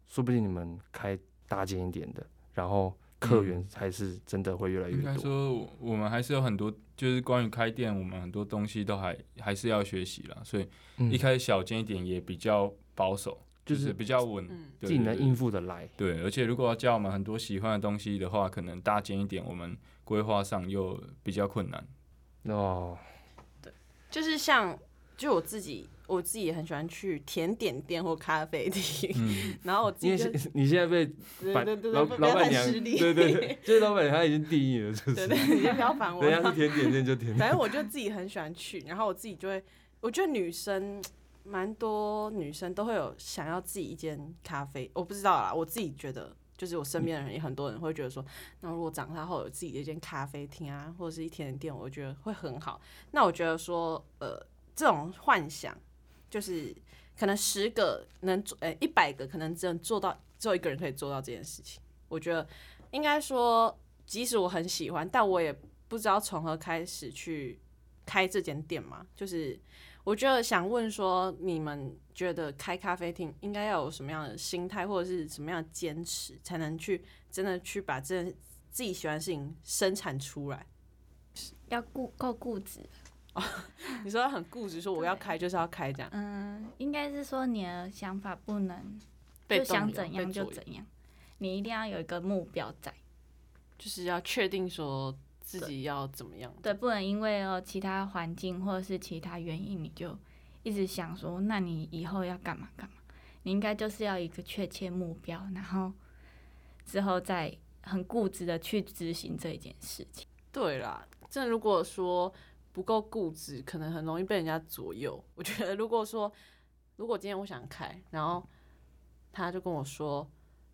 [SPEAKER 2] 说不定你们开大间一点的，然后客
[SPEAKER 3] 嗯
[SPEAKER 2] 源还是真的会越来越
[SPEAKER 3] 应该
[SPEAKER 2] 多？
[SPEAKER 3] 说我我们还是有很多，就是关于开店，我们很多东西都还还是要学习啦，所以
[SPEAKER 2] 嗯
[SPEAKER 3] 一，开始小间一点也比较保守，
[SPEAKER 2] 就
[SPEAKER 3] 就是
[SPEAKER 2] 是
[SPEAKER 3] 比较稳，
[SPEAKER 1] 嗯，
[SPEAKER 3] 对
[SPEAKER 2] 自己能应
[SPEAKER 3] 对
[SPEAKER 2] 付的来。
[SPEAKER 3] 对对，而且如果要教我们很多喜欢的东西的话，可能大间一点，我们规划上又比较困难。
[SPEAKER 2] 哦，
[SPEAKER 1] 就是像就我自己，我自己也很喜欢去甜点店或咖啡厅，
[SPEAKER 3] 嗯，
[SPEAKER 1] 然后我自
[SPEAKER 2] 因为
[SPEAKER 1] 己就
[SPEAKER 2] 现 你现在被
[SPEAKER 1] 对
[SPEAKER 2] 板
[SPEAKER 1] 对对
[SPEAKER 2] 老
[SPEAKER 1] 对，不
[SPEAKER 2] 老
[SPEAKER 1] 要
[SPEAKER 2] 板
[SPEAKER 1] 太
[SPEAKER 2] 娘
[SPEAKER 1] 失礼，
[SPEAKER 2] 对对对，就是老板娘她已经定义了，就是
[SPEAKER 1] 对 对，你先不要烦我。
[SPEAKER 2] 人家是甜点店就甜点，
[SPEAKER 1] 反正我就自己很喜欢去，然后我自己就会，我觉得女生蛮多女生都会有想要自己一间咖啡，我不知道啦，我自己觉得。就是我身边的人也很多人会觉得说，那如果长大后有自己的一间咖啡厅啊，或者是一甜点店，我觉得会很好。那我觉得说，呃，这种幻想就是可能十个能做，呃、一百个可能只能做到，只有一个人可以做到这件事情。我觉得应该说，即使我很喜欢，但我也不知道从何开始去开这间店嘛。就是我觉得想问说，你们觉得开咖啡厅应该要有什么样的心态，或者是什么样的坚持，才能去真的去把这自己喜欢的事情生产出来？
[SPEAKER 4] 要固够固执，啊
[SPEAKER 1] 你说很固执，说我要开就是要开这样，
[SPEAKER 4] 嗯，应该是说你的想法不能
[SPEAKER 1] 被
[SPEAKER 4] 就想
[SPEAKER 1] 动摇
[SPEAKER 4] 怎样
[SPEAKER 1] 被左
[SPEAKER 4] 就
[SPEAKER 1] 右
[SPEAKER 4] 怎样，你一定要有一个目标在，
[SPEAKER 1] 就是要确定说自己要怎么样。
[SPEAKER 4] 对，不能因为哦其他环境或者是其他原因，你就一直想说，那你以后要干嘛干嘛？你应该就是要一个确切目标，然后之后再很固执的去执行这一件事情。
[SPEAKER 1] 对啦，这如果说不够固执，可能很容易被人家左右。我觉得如果说，如果今天我想开，然后他就跟我说：“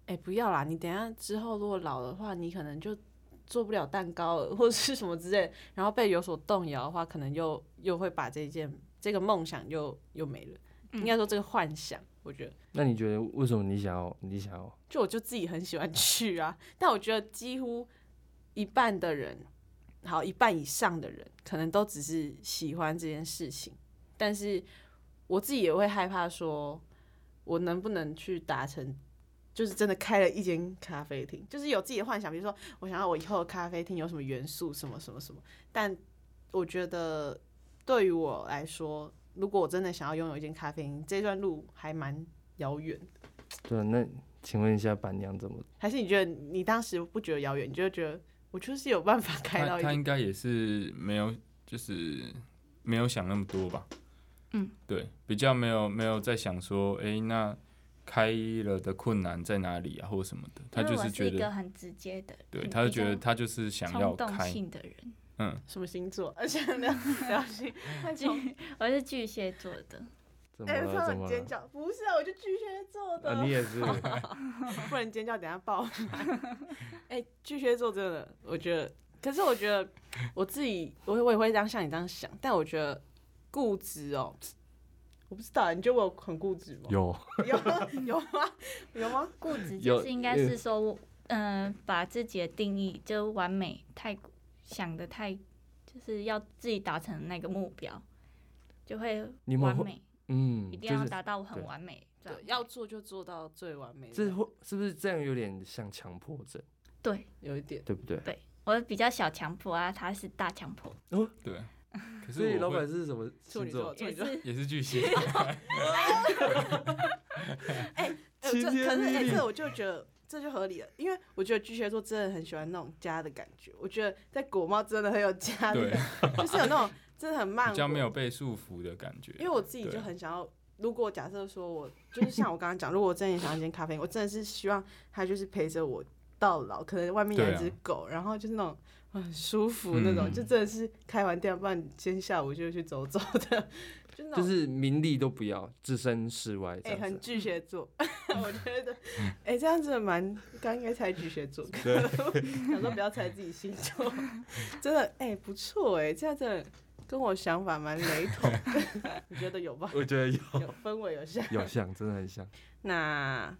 [SPEAKER 1] 哎、不要啦，你等一下之后如果老的话，你可能就做不了蛋糕了，或者是什么之类。”然后被有所动摇的话，可能又又会把这件这个梦想又又没了。
[SPEAKER 4] 嗯
[SPEAKER 1] 应该说这个幻想，我觉得。
[SPEAKER 2] 那你觉得为什么你想要你想要？
[SPEAKER 1] 就我就自己很喜欢去啊，但我觉得几乎一半的人，好一半以上的人，可能都只是喜欢这件事情，但是我自己也会害怕说，我能不能去达成。就是真的开了一间咖啡厅，就是有自己的幻想，比如说我想要我以后的咖啡厅有什么元素，什么什么什么。但我觉得对于我来说，如果我真的想要拥有一间咖啡厅，这段路还蛮遥远的。
[SPEAKER 2] 对，啊那请问一下板娘怎么？
[SPEAKER 1] 还是你觉得你当时不觉得遥远，你就觉得我就是有办法开到
[SPEAKER 3] 他
[SPEAKER 1] 一
[SPEAKER 3] 他
[SPEAKER 1] 间
[SPEAKER 3] 应该也是没有，就是没有想那么多吧。
[SPEAKER 4] 嗯，
[SPEAKER 3] 对，比较没有没有在想说，诶，那开了的困难在哪里啊，或什么的。他
[SPEAKER 4] 因为
[SPEAKER 3] 就
[SPEAKER 4] 我是
[SPEAKER 3] 觉
[SPEAKER 4] 一个
[SPEAKER 3] 得，
[SPEAKER 4] 很直接的人，
[SPEAKER 3] 对，
[SPEAKER 4] 嗯
[SPEAKER 3] 他就
[SPEAKER 4] 比较
[SPEAKER 3] 觉得他就是想要
[SPEAKER 4] 冲动
[SPEAKER 3] 开，
[SPEAKER 4] 性的人，
[SPEAKER 3] 嗯，
[SPEAKER 1] 什么星座？而且呢，小 心，
[SPEAKER 4] 巨我是巨蟹座的，
[SPEAKER 2] 怎么
[SPEAKER 1] 哎，
[SPEAKER 2] 了？
[SPEAKER 1] 他
[SPEAKER 2] 怎
[SPEAKER 1] 们
[SPEAKER 2] 么
[SPEAKER 1] 尖
[SPEAKER 2] 了？
[SPEAKER 1] 叫，不是啊，我就巨蟹座的，
[SPEAKER 2] 啊，你也是，
[SPEAKER 1] 不然尖叫等下爆满。 哎、巨蟹座真的，我觉得，可是我觉得我自己，我我也会这样像你这样想，但我觉得固执哦，我不知道，你觉得我很固执吗？
[SPEAKER 2] 有
[SPEAKER 1] 有吗 有吗？有吗？
[SPEAKER 4] 固执
[SPEAKER 2] 有
[SPEAKER 4] 就是应该
[SPEAKER 3] 呃
[SPEAKER 4] 是说我，嗯、把自己的定义就完美太想的太，就是要自己达成那个目标，就会
[SPEAKER 2] 你们
[SPEAKER 4] 完
[SPEAKER 2] 会
[SPEAKER 4] 美，
[SPEAKER 2] 嗯，
[SPEAKER 4] 一定
[SPEAKER 2] 就
[SPEAKER 4] 要
[SPEAKER 2] 是
[SPEAKER 4] 达到很
[SPEAKER 2] 对
[SPEAKER 4] 完美
[SPEAKER 1] 对
[SPEAKER 4] 状态，，
[SPEAKER 1] 要做就做到最完美的，
[SPEAKER 2] 这会是不是这样有点像强迫症，
[SPEAKER 4] 对
[SPEAKER 1] 有一点。
[SPEAKER 2] 对不对？
[SPEAKER 4] 对，我比较小强迫啊，他是大强迫，
[SPEAKER 3] 对。可
[SPEAKER 2] 所以
[SPEAKER 3] 是
[SPEAKER 2] 老
[SPEAKER 3] 我
[SPEAKER 2] 板
[SPEAKER 3] 会
[SPEAKER 2] 是什么
[SPEAKER 1] 处
[SPEAKER 2] 星
[SPEAKER 1] 女座，
[SPEAKER 2] 座？
[SPEAKER 1] 处女座，
[SPEAKER 3] 也是巨蟹，
[SPEAKER 4] 啊
[SPEAKER 1] 哎、这
[SPEAKER 2] 晴
[SPEAKER 1] 可
[SPEAKER 2] 天
[SPEAKER 1] 是哎、
[SPEAKER 2] 霹雳
[SPEAKER 1] 这我就觉得这就合理了，因为我觉得巨蟹座真的很喜欢那种家的感觉。我觉得在国贸真的很有家的
[SPEAKER 3] 对，
[SPEAKER 1] 感觉，就是有那 种真的很慢
[SPEAKER 3] 比较
[SPEAKER 1] 活
[SPEAKER 3] 没有被束缚的感觉。
[SPEAKER 1] 因为我自己就
[SPEAKER 3] 对
[SPEAKER 1] 很想要，如果假设说我就是像我刚刚讲，如果我真的想要一间咖啡厅，我真的是希望它就是陪着我到老。可能外面
[SPEAKER 3] 对
[SPEAKER 1] 养
[SPEAKER 3] 啊
[SPEAKER 1] 一只狗，然后就是那种很舒服那种，
[SPEAKER 3] 嗯
[SPEAKER 1] 就真的是开完店，不然你今天下午就去走走的，就那
[SPEAKER 2] 就
[SPEAKER 1] 种。
[SPEAKER 2] 是名利都不要，置身事外这
[SPEAKER 1] 哎、
[SPEAKER 2] 样子。嗯
[SPEAKER 1] 很巨蟹座， 我觉得，哎、这样子蛮，刚应该猜巨蟹座，可能 想说不要猜自己星 座，真的，哎、不错，哎，这样真的跟我想法蛮雷同的， 你觉得有吧？
[SPEAKER 2] 我觉得有
[SPEAKER 1] 有氛围有像。
[SPEAKER 2] 有像，真的 很像。
[SPEAKER 1] 那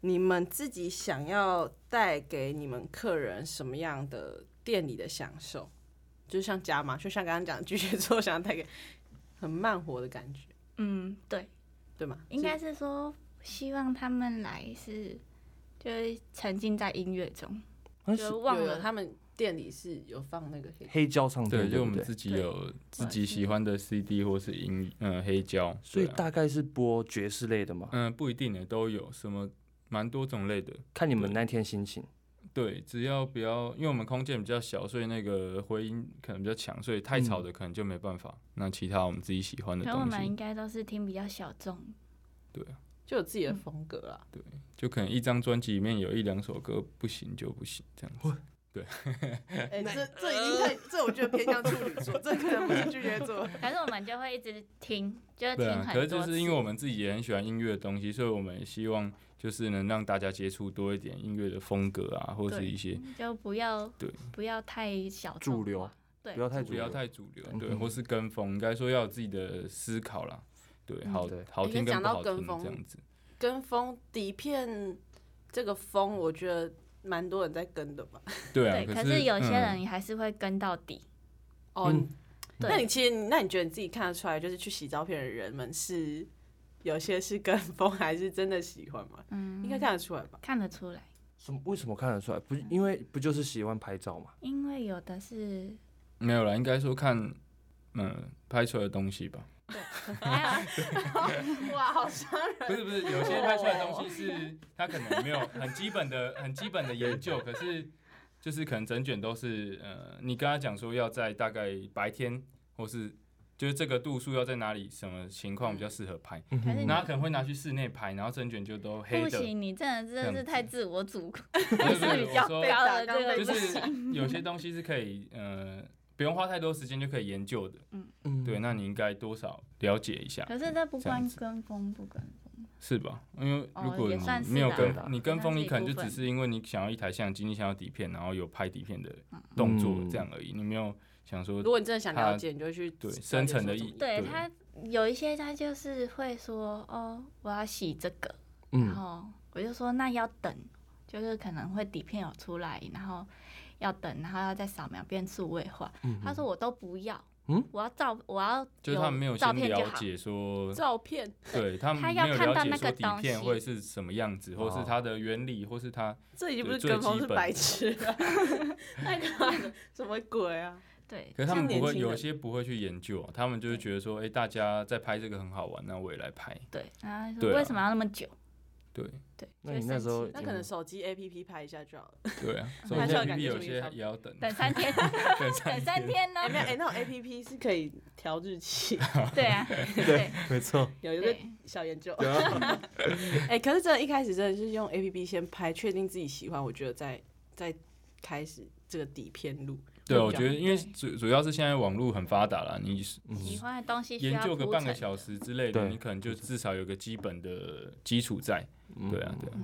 [SPEAKER 1] 你们自己想要带给你们客人什么样的店里的享受？就像家嘛，就像刚刚讲巨蟹座想要带给很慢活的感觉，
[SPEAKER 4] 嗯，对。
[SPEAKER 1] 对吗？
[SPEAKER 4] 应该是说希望他们来是就是沉浸在音乐中，
[SPEAKER 2] 啊是
[SPEAKER 4] 就忘
[SPEAKER 1] 有
[SPEAKER 4] 了
[SPEAKER 1] 他们店里是有放那个黑
[SPEAKER 2] 黑胶唱片，
[SPEAKER 3] 对，就
[SPEAKER 2] 对
[SPEAKER 3] 我
[SPEAKER 2] 不
[SPEAKER 3] 们
[SPEAKER 2] 对？
[SPEAKER 3] 自己
[SPEAKER 4] 对
[SPEAKER 3] 有自己
[SPEAKER 4] 嗯
[SPEAKER 3] 喜欢的 CD 或是音嗯黑胶，
[SPEAKER 2] 所以
[SPEAKER 3] 对啊
[SPEAKER 2] 大概是播爵士类的嘛，
[SPEAKER 3] 嗯不一定的都有什么蛮多种类的。
[SPEAKER 2] 看你们那天心情。
[SPEAKER 1] 嗯
[SPEAKER 3] 对，只要不要，因为我们空间比较小，所以那个回音可能比较强，所以太吵的可能就没办法。那其他我们自己喜欢的
[SPEAKER 4] 可嗯能我
[SPEAKER 3] 东
[SPEAKER 4] 们应
[SPEAKER 3] 西，
[SPEAKER 4] 该都是听比较小众，
[SPEAKER 1] 就有自己的风格啦。
[SPEAKER 3] 就可能一张专辑里面有一两首歌不行就不行这样子。
[SPEAKER 1] 哎、这这已经太这，我觉得偏向处女座，这可能不是巨蟹座。
[SPEAKER 4] 反正我们就会一直听，就是
[SPEAKER 3] 对
[SPEAKER 4] 听
[SPEAKER 3] 啊，可
[SPEAKER 4] 很多
[SPEAKER 3] 是
[SPEAKER 4] 次。
[SPEAKER 3] 就是因为我们自己也很喜欢音乐的东西，所以我们也希望就是能让大家接触多一点音乐的风格啊，或是
[SPEAKER 4] 对
[SPEAKER 3] 一些
[SPEAKER 4] 就不要
[SPEAKER 3] 对
[SPEAKER 4] 不要太小众
[SPEAKER 2] 主流
[SPEAKER 4] 化，对，
[SPEAKER 2] 不要太主
[SPEAKER 3] 不要
[SPEAKER 2] 流，
[SPEAKER 3] 太主流，
[SPEAKER 2] 嗯
[SPEAKER 3] 对，
[SPEAKER 2] 嗯
[SPEAKER 3] 或是跟风，应该说要有自己的思考啦。对，好
[SPEAKER 2] 嗯对
[SPEAKER 4] 哎
[SPEAKER 3] 好听
[SPEAKER 1] 你
[SPEAKER 3] 跟
[SPEAKER 1] 讲
[SPEAKER 3] 不
[SPEAKER 1] 到
[SPEAKER 3] 好
[SPEAKER 1] 跟
[SPEAKER 3] 听
[SPEAKER 1] 风
[SPEAKER 3] 这样子，
[SPEAKER 1] 跟风底片这个风，我觉得蛮多人在跟的吧。
[SPEAKER 3] 对啊。
[SPEAKER 4] 对。可
[SPEAKER 3] 是
[SPEAKER 4] 是有些人
[SPEAKER 3] 嗯
[SPEAKER 4] 你还是会跟到底，
[SPEAKER 1] 哦，你
[SPEAKER 4] 对
[SPEAKER 1] 那你其实，那你觉得你自己看得出来，就是去洗照片的人们是有些是跟风，还是真的喜欢吗？
[SPEAKER 4] 嗯，
[SPEAKER 1] 应该看得出来吧？
[SPEAKER 4] 看得出来，
[SPEAKER 2] 什么为什么看得出来？不是因为不就是喜欢拍照嘛？
[SPEAKER 4] 因为有的是
[SPEAKER 3] 没有啦，应该说看嗯拍出来的东西吧。
[SPEAKER 4] 还有
[SPEAKER 1] 哇，好伤
[SPEAKER 3] 不是不是，有些拍出来的东西是他可能没有很基本的、 很基本的研究，可是就是可能整卷都是呃，你跟他讲说要在大概白天或是就是这个度数要在哪里，什么情况比较适合
[SPEAKER 2] 嗯
[SPEAKER 3] 拍，
[SPEAKER 4] 还是你
[SPEAKER 3] 那、他可能会拿去室内拍，然后整卷就都 黑
[SPEAKER 4] 不
[SPEAKER 3] 的。
[SPEAKER 4] 行，你真的真的是
[SPEAKER 3] 这样子
[SPEAKER 4] 太自我主观，
[SPEAKER 3] 不是不是
[SPEAKER 4] 嗯比较
[SPEAKER 3] 我说
[SPEAKER 4] 高的
[SPEAKER 1] 被打刚被
[SPEAKER 4] 这
[SPEAKER 3] 就
[SPEAKER 4] 个，
[SPEAKER 3] 是有些东西是可以呃不用花太多时间就可以研究的。
[SPEAKER 2] 嗯，
[SPEAKER 3] 对，那你应该多少了解一下，
[SPEAKER 4] 可是这不
[SPEAKER 3] 这样
[SPEAKER 4] 光
[SPEAKER 3] 子
[SPEAKER 4] 跟风不跟
[SPEAKER 3] 是吧？因为
[SPEAKER 4] 哦
[SPEAKER 3] 如果
[SPEAKER 4] 也
[SPEAKER 3] 你
[SPEAKER 4] 算是
[SPEAKER 3] 没有
[SPEAKER 4] 吧
[SPEAKER 3] 跟
[SPEAKER 2] 对啦
[SPEAKER 3] 你跟
[SPEAKER 4] 也算
[SPEAKER 3] 风，
[SPEAKER 4] 是
[SPEAKER 3] 你
[SPEAKER 4] 一
[SPEAKER 3] 可能
[SPEAKER 4] 部
[SPEAKER 3] 就只
[SPEAKER 4] 分
[SPEAKER 3] 是因为你想要一台相机，你想要底片，然后有拍底片的动作
[SPEAKER 2] 嗯
[SPEAKER 3] 这样而已，你没有想说
[SPEAKER 1] 如果你真的想了解，你就会去
[SPEAKER 3] 对
[SPEAKER 1] 了解
[SPEAKER 3] 深层
[SPEAKER 1] 说
[SPEAKER 3] 的意
[SPEAKER 1] 怎么
[SPEAKER 4] 对
[SPEAKER 3] 对
[SPEAKER 4] 他有一些他就是会说哦，我要洗这个，然
[SPEAKER 2] 嗯，
[SPEAKER 4] 后我就说那要等，就是可能会底片有出来，然后要等，然后要再扫描变数位化。
[SPEAKER 2] 嗯
[SPEAKER 4] 他说我都不要，
[SPEAKER 2] 嗯
[SPEAKER 4] 我要照，我要
[SPEAKER 3] 就是他们没有
[SPEAKER 4] 照
[SPEAKER 3] 先
[SPEAKER 4] 片就
[SPEAKER 3] 了
[SPEAKER 4] 好。
[SPEAKER 3] 解说，
[SPEAKER 1] 照片
[SPEAKER 3] 对他们
[SPEAKER 4] 他
[SPEAKER 3] 没
[SPEAKER 4] 要
[SPEAKER 3] 有
[SPEAKER 4] 看到
[SPEAKER 3] 了解
[SPEAKER 4] 那
[SPEAKER 3] 说
[SPEAKER 4] 个
[SPEAKER 3] 底
[SPEAKER 4] 东
[SPEAKER 3] 片
[SPEAKER 4] 西
[SPEAKER 3] 会是什么样子，或是
[SPEAKER 2] 哦
[SPEAKER 3] 它的原理，或是它
[SPEAKER 1] 这已经不
[SPEAKER 3] 对
[SPEAKER 1] 是
[SPEAKER 3] 最
[SPEAKER 1] 跟风，
[SPEAKER 3] 基
[SPEAKER 1] 是
[SPEAKER 3] 本
[SPEAKER 1] 白痴了，太 可爱了， 什么鬼啊？
[SPEAKER 4] 对，
[SPEAKER 3] 可是他们
[SPEAKER 1] 像年
[SPEAKER 3] 不会，
[SPEAKER 1] 轻
[SPEAKER 3] 有
[SPEAKER 1] 人
[SPEAKER 3] 些不会去研究啊、他们就是觉得说，哎、大家在拍这个很好玩，那我也来拍。
[SPEAKER 4] 对，然后
[SPEAKER 3] 对
[SPEAKER 4] 说
[SPEAKER 3] 啊
[SPEAKER 4] 为什么要那么久？
[SPEAKER 3] 对
[SPEAKER 4] 对，
[SPEAKER 2] 那
[SPEAKER 4] 就会
[SPEAKER 2] 你那
[SPEAKER 4] 生
[SPEAKER 2] 时候
[SPEAKER 4] 气
[SPEAKER 1] 那可
[SPEAKER 3] 嗯
[SPEAKER 1] 能手机 APP 拍一下就好了。
[SPEAKER 3] 对 啊，所以
[SPEAKER 1] 拍
[SPEAKER 3] 现
[SPEAKER 1] 照
[SPEAKER 3] 在
[SPEAKER 1] 感
[SPEAKER 3] P P
[SPEAKER 1] 觉
[SPEAKER 3] 有
[SPEAKER 1] 是
[SPEAKER 3] 些
[SPEAKER 1] 没差不
[SPEAKER 3] 也要等，
[SPEAKER 4] 等 三天，
[SPEAKER 3] 等
[SPEAKER 4] 等三
[SPEAKER 3] 天。
[SPEAKER 4] 天 呢
[SPEAKER 1] 哎、？没有，哎、那种 APP 是可以调日期，
[SPEAKER 4] 对啊，对
[SPEAKER 2] 没错，
[SPEAKER 1] 有一个
[SPEAKER 4] 对，
[SPEAKER 1] 小研究。
[SPEAKER 2] 对啊，
[SPEAKER 1] 哎、可是真的，一开始真的是用 A P P 先拍，确定自己喜欢，我觉得再再开始这个底片路。
[SPEAKER 3] 对，啊
[SPEAKER 1] 会
[SPEAKER 3] 我
[SPEAKER 1] 比较
[SPEAKER 3] 觉得因为主主要是现在网络很发达啦，你
[SPEAKER 4] 喜欢的东西需
[SPEAKER 3] 研
[SPEAKER 4] 要
[SPEAKER 3] 究个
[SPEAKER 4] 铺
[SPEAKER 3] 半个
[SPEAKER 4] 陈
[SPEAKER 3] 小
[SPEAKER 4] 的
[SPEAKER 3] 时之类的，
[SPEAKER 2] 对
[SPEAKER 3] 你可能就至少有个基本的基础在。
[SPEAKER 2] 嗯
[SPEAKER 3] 对啊，对啊，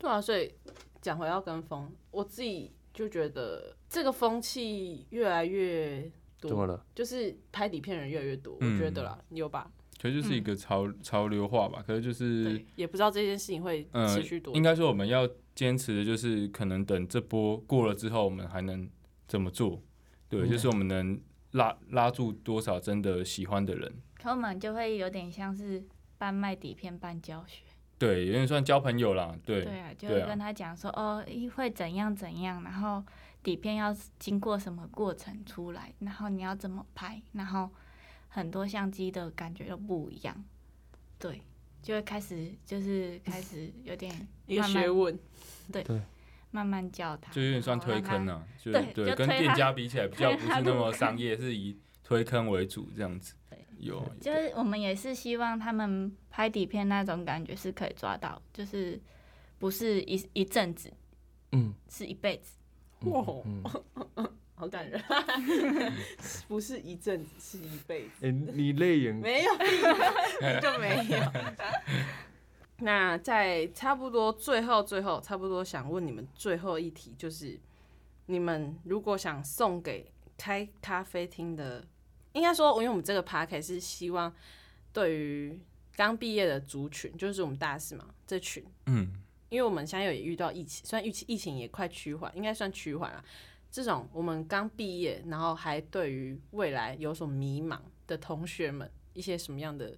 [SPEAKER 1] 对啊，所以讲回要跟风，我自己就觉得这个风气越来越多，
[SPEAKER 2] 怎么了？
[SPEAKER 1] 就是拍底片人越来越多，
[SPEAKER 3] 嗯
[SPEAKER 1] 我觉得啦，你有吧？
[SPEAKER 3] 可是就是一
[SPEAKER 4] 嗯
[SPEAKER 3] 个潮潮流化吧，可是就是
[SPEAKER 1] 对，也不知道这件事情会
[SPEAKER 3] 呃
[SPEAKER 1] 持续多久。
[SPEAKER 3] 应该说我们要坚持的就是，可能等这波过了之后，我们还能怎么做？对，
[SPEAKER 2] 嗯
[SPEAKER 3] 就是我们能拉拉住多少真的喜欢的人？
[SPEAKER 4] 可我们就会有点像是半卖底片半教学，
[SPEAKER 3] 对，有点算交朋友啦。对，
[SPEAKER 4] 对啊，就
[SPEAKER 3] 对
[SPEAKER 4] 会
[SPEAKER 3] 啊
[SPEAKER 4] 跟他讲说、哦，一会怎样怎样，然后底片要经过什么过程出来，然后你要怎么拍，然后很多相机的感觉都不一样，对，就会开始就是开始有点
[SPEAKER 1] 一个
[SPEAKER 4] 慢
[SPEAKER 1] 学
[SPEAKER 4] 慢
[SPEAKER 1] 问，
[SPEAKER 4] 慢慢教他，
[SPEAKER 3] 就有点算推坑
[SPEAKER 4] 了、
[SPEAKER 3] 啊。就
[SPEAKER 4] 对
[SPEAKER 3] 对，
[SPEAKER 4] 就
[SPEAKER 3] 跟
[SPEAKER 4] 推
[SPEAKER 3] 店
[SPEAKER 4] 他
[SPEAKER 3] 家比起来，比较
[SPEAKER 4] 推
[SPEAKER 3] 不
[SPEAKER 4] 他
[SPEAKER 3] 是那
[SPEAKER 4] 入
[SPEAKER 3] 么
[SPEAKER 4] 坑
[SPEAKER 3] 商业，是以推坑为主这样子
[SPEAKER 4] 对。
[SPEAKER 3] 有啊，
[SPEAKER 4] 就
[SPEAKER 3] 有
[SPEAKER 4] 是我们也是希望他们拍底片那种感觉是可以抓到，就是不是一一阵子，
[SPEAKER 2] 嗯，
[SPEAKER 4] 是一辈子，
[SPEAKER 1] 哇、
[SPEAKER 2] 嗯
[SPEAKER 1] 好感人， 不是一阵子，是一辈子。
[SPEAKER 2] 哎，你泪眼
[SPEAKER 1] 没有，就没有。那在差不多最后最后，差不多想问你们最后一题，就是你们如果想送给开咖啡厅的，应该说，因为我们这个 p a r k 是希望对于刚毕业的族群，就是我们大四嘛这群，
[SPEAKER 3] 嗯，
[SPEAKER 1] 因为我们现在有也遇到疫情，虽然疫情疫情也快趋缓，应该算趋缓了。这种我们刚毕业，然后还对于未来有所迷茫的同学们，一些什么样的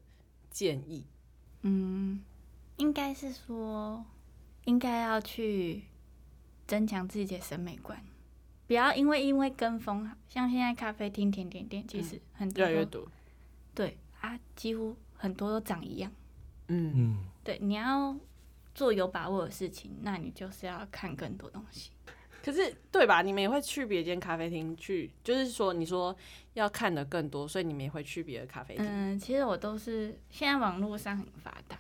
[SPEAKER 1] 建议？
[SPEAKER 4] 嗯，应该是说，应该要去增强自己的审美观，不要因为因为跟风，像现在咖啡厅、甜点店，其实很
[SPEAKER 1] 嗯越
[SPEAKER 4] 多
[SPEAKER 1] 来越
[SPEAKER 4] 都、
[SPEAKER 1] 多，
[SPEAKER 4] 对啊，几乎很多都长一样。
[SPEAKER 1] 嗯，
[SPEAKER 2] 嗯，
[SPEAKER 4] 对，你要做有把握的事情，那你就是要看更多东西。
[SPEAKER 1] 可是对吧？你们也会去别间咖啡厅去，就是说你说要看的更多，所以你们也会去别的咖啡厅。
[SPEAKER 4] 嗯，其实我都是现在网络上很发达，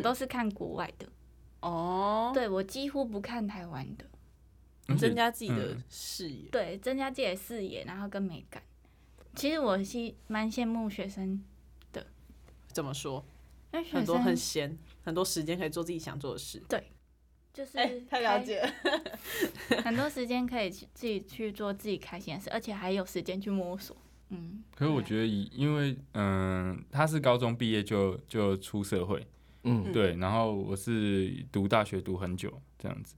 [SPEAKER 1] 嗯
[SPEAKER 4] 都是看国外的，
[SPEAKER 1] 哦，
[SPEAKER 4] 对我几乎不看台湾的。
[SPEAKER 3] 而且
[SPEAKER 1] 增加自己的
[SPEAKER 3] 嗯
[SPEAKER 1] 视野。
[SPEAKER 4] 对，增加自己的视野，然后跟美感。其实我是蛮羡慕学生，
[SPEAKER 1] 怎么说？
[SPEAKER 4] 因为学
[SPEAKER 1] 很多很
[SPEAKER 4] 生
[SPEAKER 1] 闲，很多时间可以做自己想做的事。
[SPEAKER 4] 就是
[SPEAKER 1] 哎、太了
[SPEAKER 4] 开，
[SPEAKER 1] 解
[SPEAKER 4] 很多时间可以去自己去做自己开心的事，而且还有时间去摸索。嗯，
[SPEAKER 3] 可是我
[SPEAKER 4] 得
[SPEAKER 3] 觉得以，因为嗯，他是高中毕业就就出社会，
[SPEAKER 2] 嗯，
[SPEAKER 3] 对，然后我是读大学读很久这样子，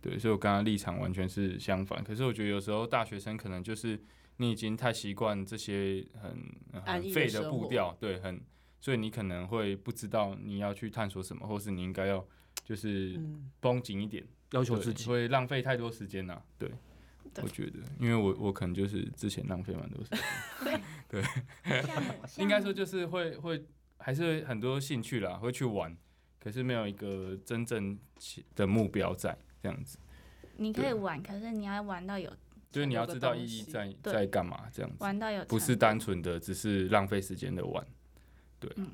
[SPEAKER 3] 对，所以我跟他立场完全是相反。可是我觉得有时候大学生可能就是你已经太习惯这些很
[SPEAKER 1] 安逸的
[SPEAKER 3] 很废
[SPEAKER 1] 生
[SPEAKER 3] 的步
[SPEAKER 1] 活
[SPEAKER 3] 调，对，很，所以你可能会不知道你要去探索什么，或是你应该要就是
[SPEAKER 1] 嗯
[SPEAKER 3] 绷紧一点，
[SPEAKER 2] 要
[SPEAKER 3] 对
[SPEAKER 2] 求自己，
[SPEAKER 3] 会浪费太多时间呐、对。
[SPEAKER 4] 对
[SPEAKER 3] 我觉得，因为我我可能就是之前浪费蛮多时间，
[SPEAKER 4] 像我，像
[SPEAKER 3] 应该说就是会会还是很多兴趣啦，会去玩，可是没有一个真正其的目标在这样子，
[SPEAKER 4] 你可
[SPEAKER 3] 对
[SPEAKER 4] 以玩，可是你要玩到有
[SPEAKER 3] 就是你要知
[SPEAKER 1] 有
[SPEAKER 3] 道
[SPEAKER 1] 个东
[SPEAKER 3] 意
[SPEAKER 1] 西
[SPEAKER 3] 义在
[SPEAKER 4] 对
[SPEAKER 3] 在干嘛这样子，
[SPEAKER 4] 玩到有
[SPEAKER 3] 不是
[SPEAKER 4] 成果
[SPEAKER 3] 单纯的只是浪费时间的玩。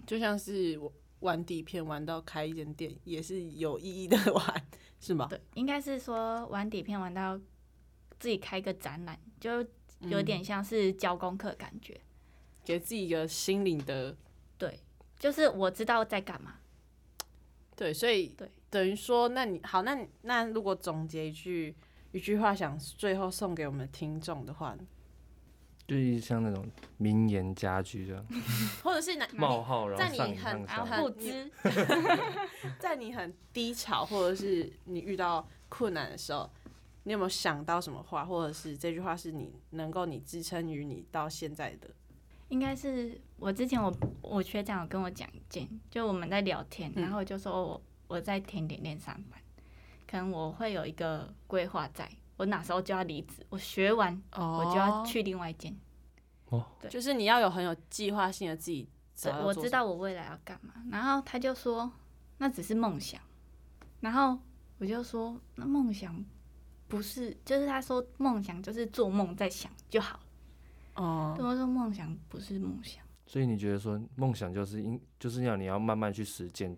[SPEAKER 1] 就像是我玩底片玩到开一间店，也是有意义的 玩，是吗？
[SPEAKER 4] 对，应该是说玩底片玩到自己开个展览，就有点像是交功课感觉。
[SPEAKER 1] 给自己一个心灵的
[SPEAKER 4] 对，就是我知道在干嘛。
[SPEAKER 1] 对，所以
[SPEAKER 4] 对
[SPEAKER 1] 等于说，那你好，那你那如果总结一句一句话，想最后送给我们的听众的话呢，
[SPEAKER 2] 就是像那种名言佳句这样，
[SPEAKER 1] 或者是哪
[SPEAKER 2] 冒号然
[SPEAKER 1] 在
[SPEAKER 2] 后
[SPEAKER 1] 你
[SPEAKER 2] 上
[SPEAKER 1] 很
[SPEAKER 2] 上
[SPEAKER 4] 然
[SPEAKER 2] 上，
[SPEAKER 4] 后
[SPEAKER 1] 很
[SPEAKER 4] 不知
[SPEAKER 1] 在你很低潮，或者是你遇到困难的时候，你有没有想到什么话，或者是这句话是你能够你支撑于你到现在的？
[SPEAKER 4] 应该是我之前我我学长有跟我讲一件，就我们在聊天，
[SPEAKER 1] 嗯
[SPEAKER 4] 然后我就说哦我我在甜点店上班，可能我会有一个规划在，我哪时候就要离职，我学完
[SPEAKER 1] 哦
[SPEAKER 4] 我就要，去另外一间，对
[SPEAKER 1] 就是你要有很有计划性的自己知
[SPEAKER 4] 这
[SPEAKER 1] 道要
[SPEAKER 4] 我
[SPEAKER 1] 做
[SPEAKER 4] 知
[SPEAKER 1] 什么
[SPEAKER 4] 道我未来要干嘛。然后他就说那只是梦想，然后我就说那梦想不是，就是他说梦想就是做梦在想就好了，
[SPEAKER 1] 哦
[SPEAKER 4] 对我说梦想不是梦想，
[SPEAKER 2] 所以你觉得说梦想就是应就是要你要慢慢去实践，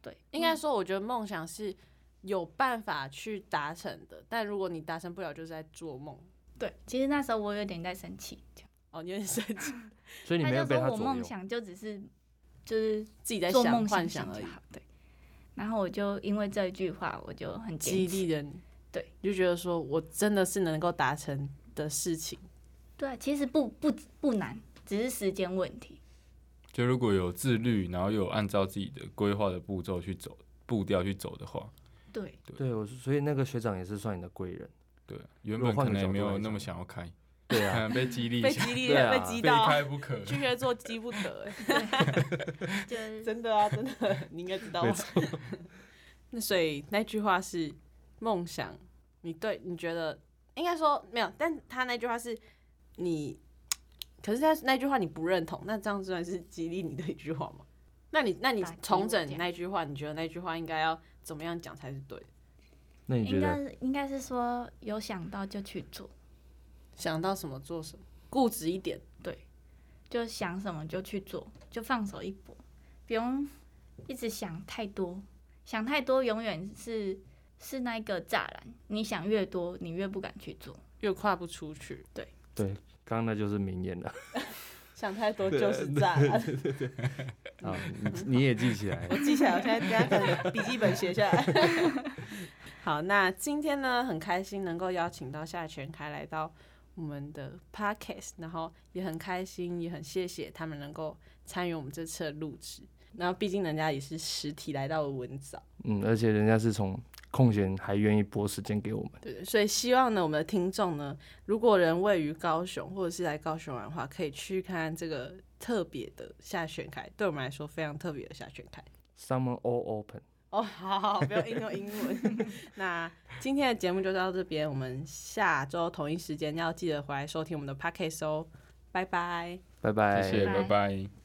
[SPEAKER 4] 对，
[SPEAKER 1] 应该说，我觉得梦想是有办法去达成的，但如果你达成不了，就是在做梦。
[SPEAKER 4] 对。其实那时候我有点在生气。
[SPEAKER 1] 哦，你有点 生气，
[SPEAKER 2] 所以你
[SPEAKER 4] 他
[SPEAKER 2] 没有
[SPEAKER 4] 就
[SPEAKER 2] 被
[SPEAKER 4] 说
[SPEAKER 2] 他
[SPEAKER 4] 我
[SPEAKER 2] 左
[SPEAKER 4] 梦
[SPEAKER 2] 右。
[SPEAKER 4] 想就只是就是
[SPEAKER 1] 自己在
[SPEAKER 4] 做梦
[SPEAKER 1] 想幻
[SPEAKER 4] 想
[SPEAKER 1] 想而
[SPEAKER 4] 就
[SPEAKER 1] 已，
[SPEAKER 4] 好，对。然后我就因为这一句话，我就很
[SPEAKER 1] 激
[SPEAKER 4] 坚持。
[SPEAKER 1] 励人。
[SPEAKER 4] 对，
[SPEAKER 1] 就觉得说我真的是能够达成的事情。
[SPEAKER 4] 对，啊其实不不不难，只是时间问题。
[SPEAKER 3] 就如果有自律，然后有按照自己的规划的步骤去走步调去走的话，
[SPEAKER 4] 对，
[SPEAKER 2] 对，我是所以那个学长也是算你的贵人。
[SPEAKER 3] 对，原
[SPEAKER 2] 如果
[SPEAKER 3] 本
[SPEAKER 2] 换
[SPEAKER 3] 可
[SPEAKER 2] 个
[SPEAKER 3] 能也
[SPEAKER 2] 角
[SPEAKER 3] 没
[SPEAKER 2] 度来
[SPEAKER 3] 有那
[SPEAKER 2] 讲
[SPEAKER 3] 么想要开，
[SPEAKER 2] 对
[SPEAKER 3] 可
[SPEAKER 2] 啊，
[SPEAKER 3] 能被激励一
[SPEAKER 1] 被
[SPEAKER 3] 下，
[SPEAKER 1] 激励
[SPEAKER 2] 对
[SPEAKER 1] 了，
[SPEAKER 2] 啊
[SPEAKER 1] 被激
[SPEAKER 3] 非
[SPEAKER 1] 到，
[SPEAKER 3] 开不可。
[SPEAKER 1] 巨蟹座激不得、欸，
[SPEAKER 4] 就 是
[SPEAKER 1] 真的啊，真的，你应该知道吧？ 那所以那句话是梦想，你对你觉得应该说没有，但他那句话是你，可是他那句话你不认同，那这样算是激励你的一句话吗？ 那你那你
[SPEAKER 4] 打击我
[SPEAKER 1] 重
[SPEAKER 4] 这
[SPEAKER 1] 整
[SPEAKER 4] 样
[SPEAKER 1] 那句话，你觉得那句话应该要怎么样讲才是对的？
[SPEAKER 2] 那你觉
[SPEAKER 4] 应该
[SPEAKER 2] 得？
[SPEAKER 4] 应该是说有想到就去做，
[SPEAKER 1] 想到什么做什么，固执一点，
[SPEAKER 4] 就想什么就去做，就放手一搏，不用一直想太多。想太多永远是是那一个栅栏，你想越多，你越不敢去做。
[SPEAKER 1] 越跨不出去。
[SPEAKER 2] 对，刚刚那就是名 言了。
[SPEAKER 1] 想太多就是炸了，
[SPEAKER 2] 啊，你你也记起来
[SPEAKER 1] 我。记起来，我现在等下把笔记本写下来。 好，那今天呢，很开心能够邀请到夏全开来到我们的 podcast，然后也很开心，也很谢谢他们能够参与我们这次的录制。然后，毕竟人家也是实体来到文藻，
[SPEAKER 2] 嗯，而且人家是从空闲还愿意拨时间给我们。
[SPEAKER 1] 对，呃所以希望呢，我们的听众呢，如果人位于高雄或者是来高雄玩的话，可以去看这个特别的夏全开，对我们来说非常特别的夏全开。
[SPEAKER 2] Summer all open。
[SPEAKER 1] 哦，好好，不要硬用英文。 那今天的节目就到这边，我们下周同一时间要记得回来收听我们的 podcast 哦，拜拜。
[SPEAKER 2] 拜拜。
[SPEAKER 3] 谢谢，拜
[SPEAKER 4] 拜
[SPEAKER 3] 拜。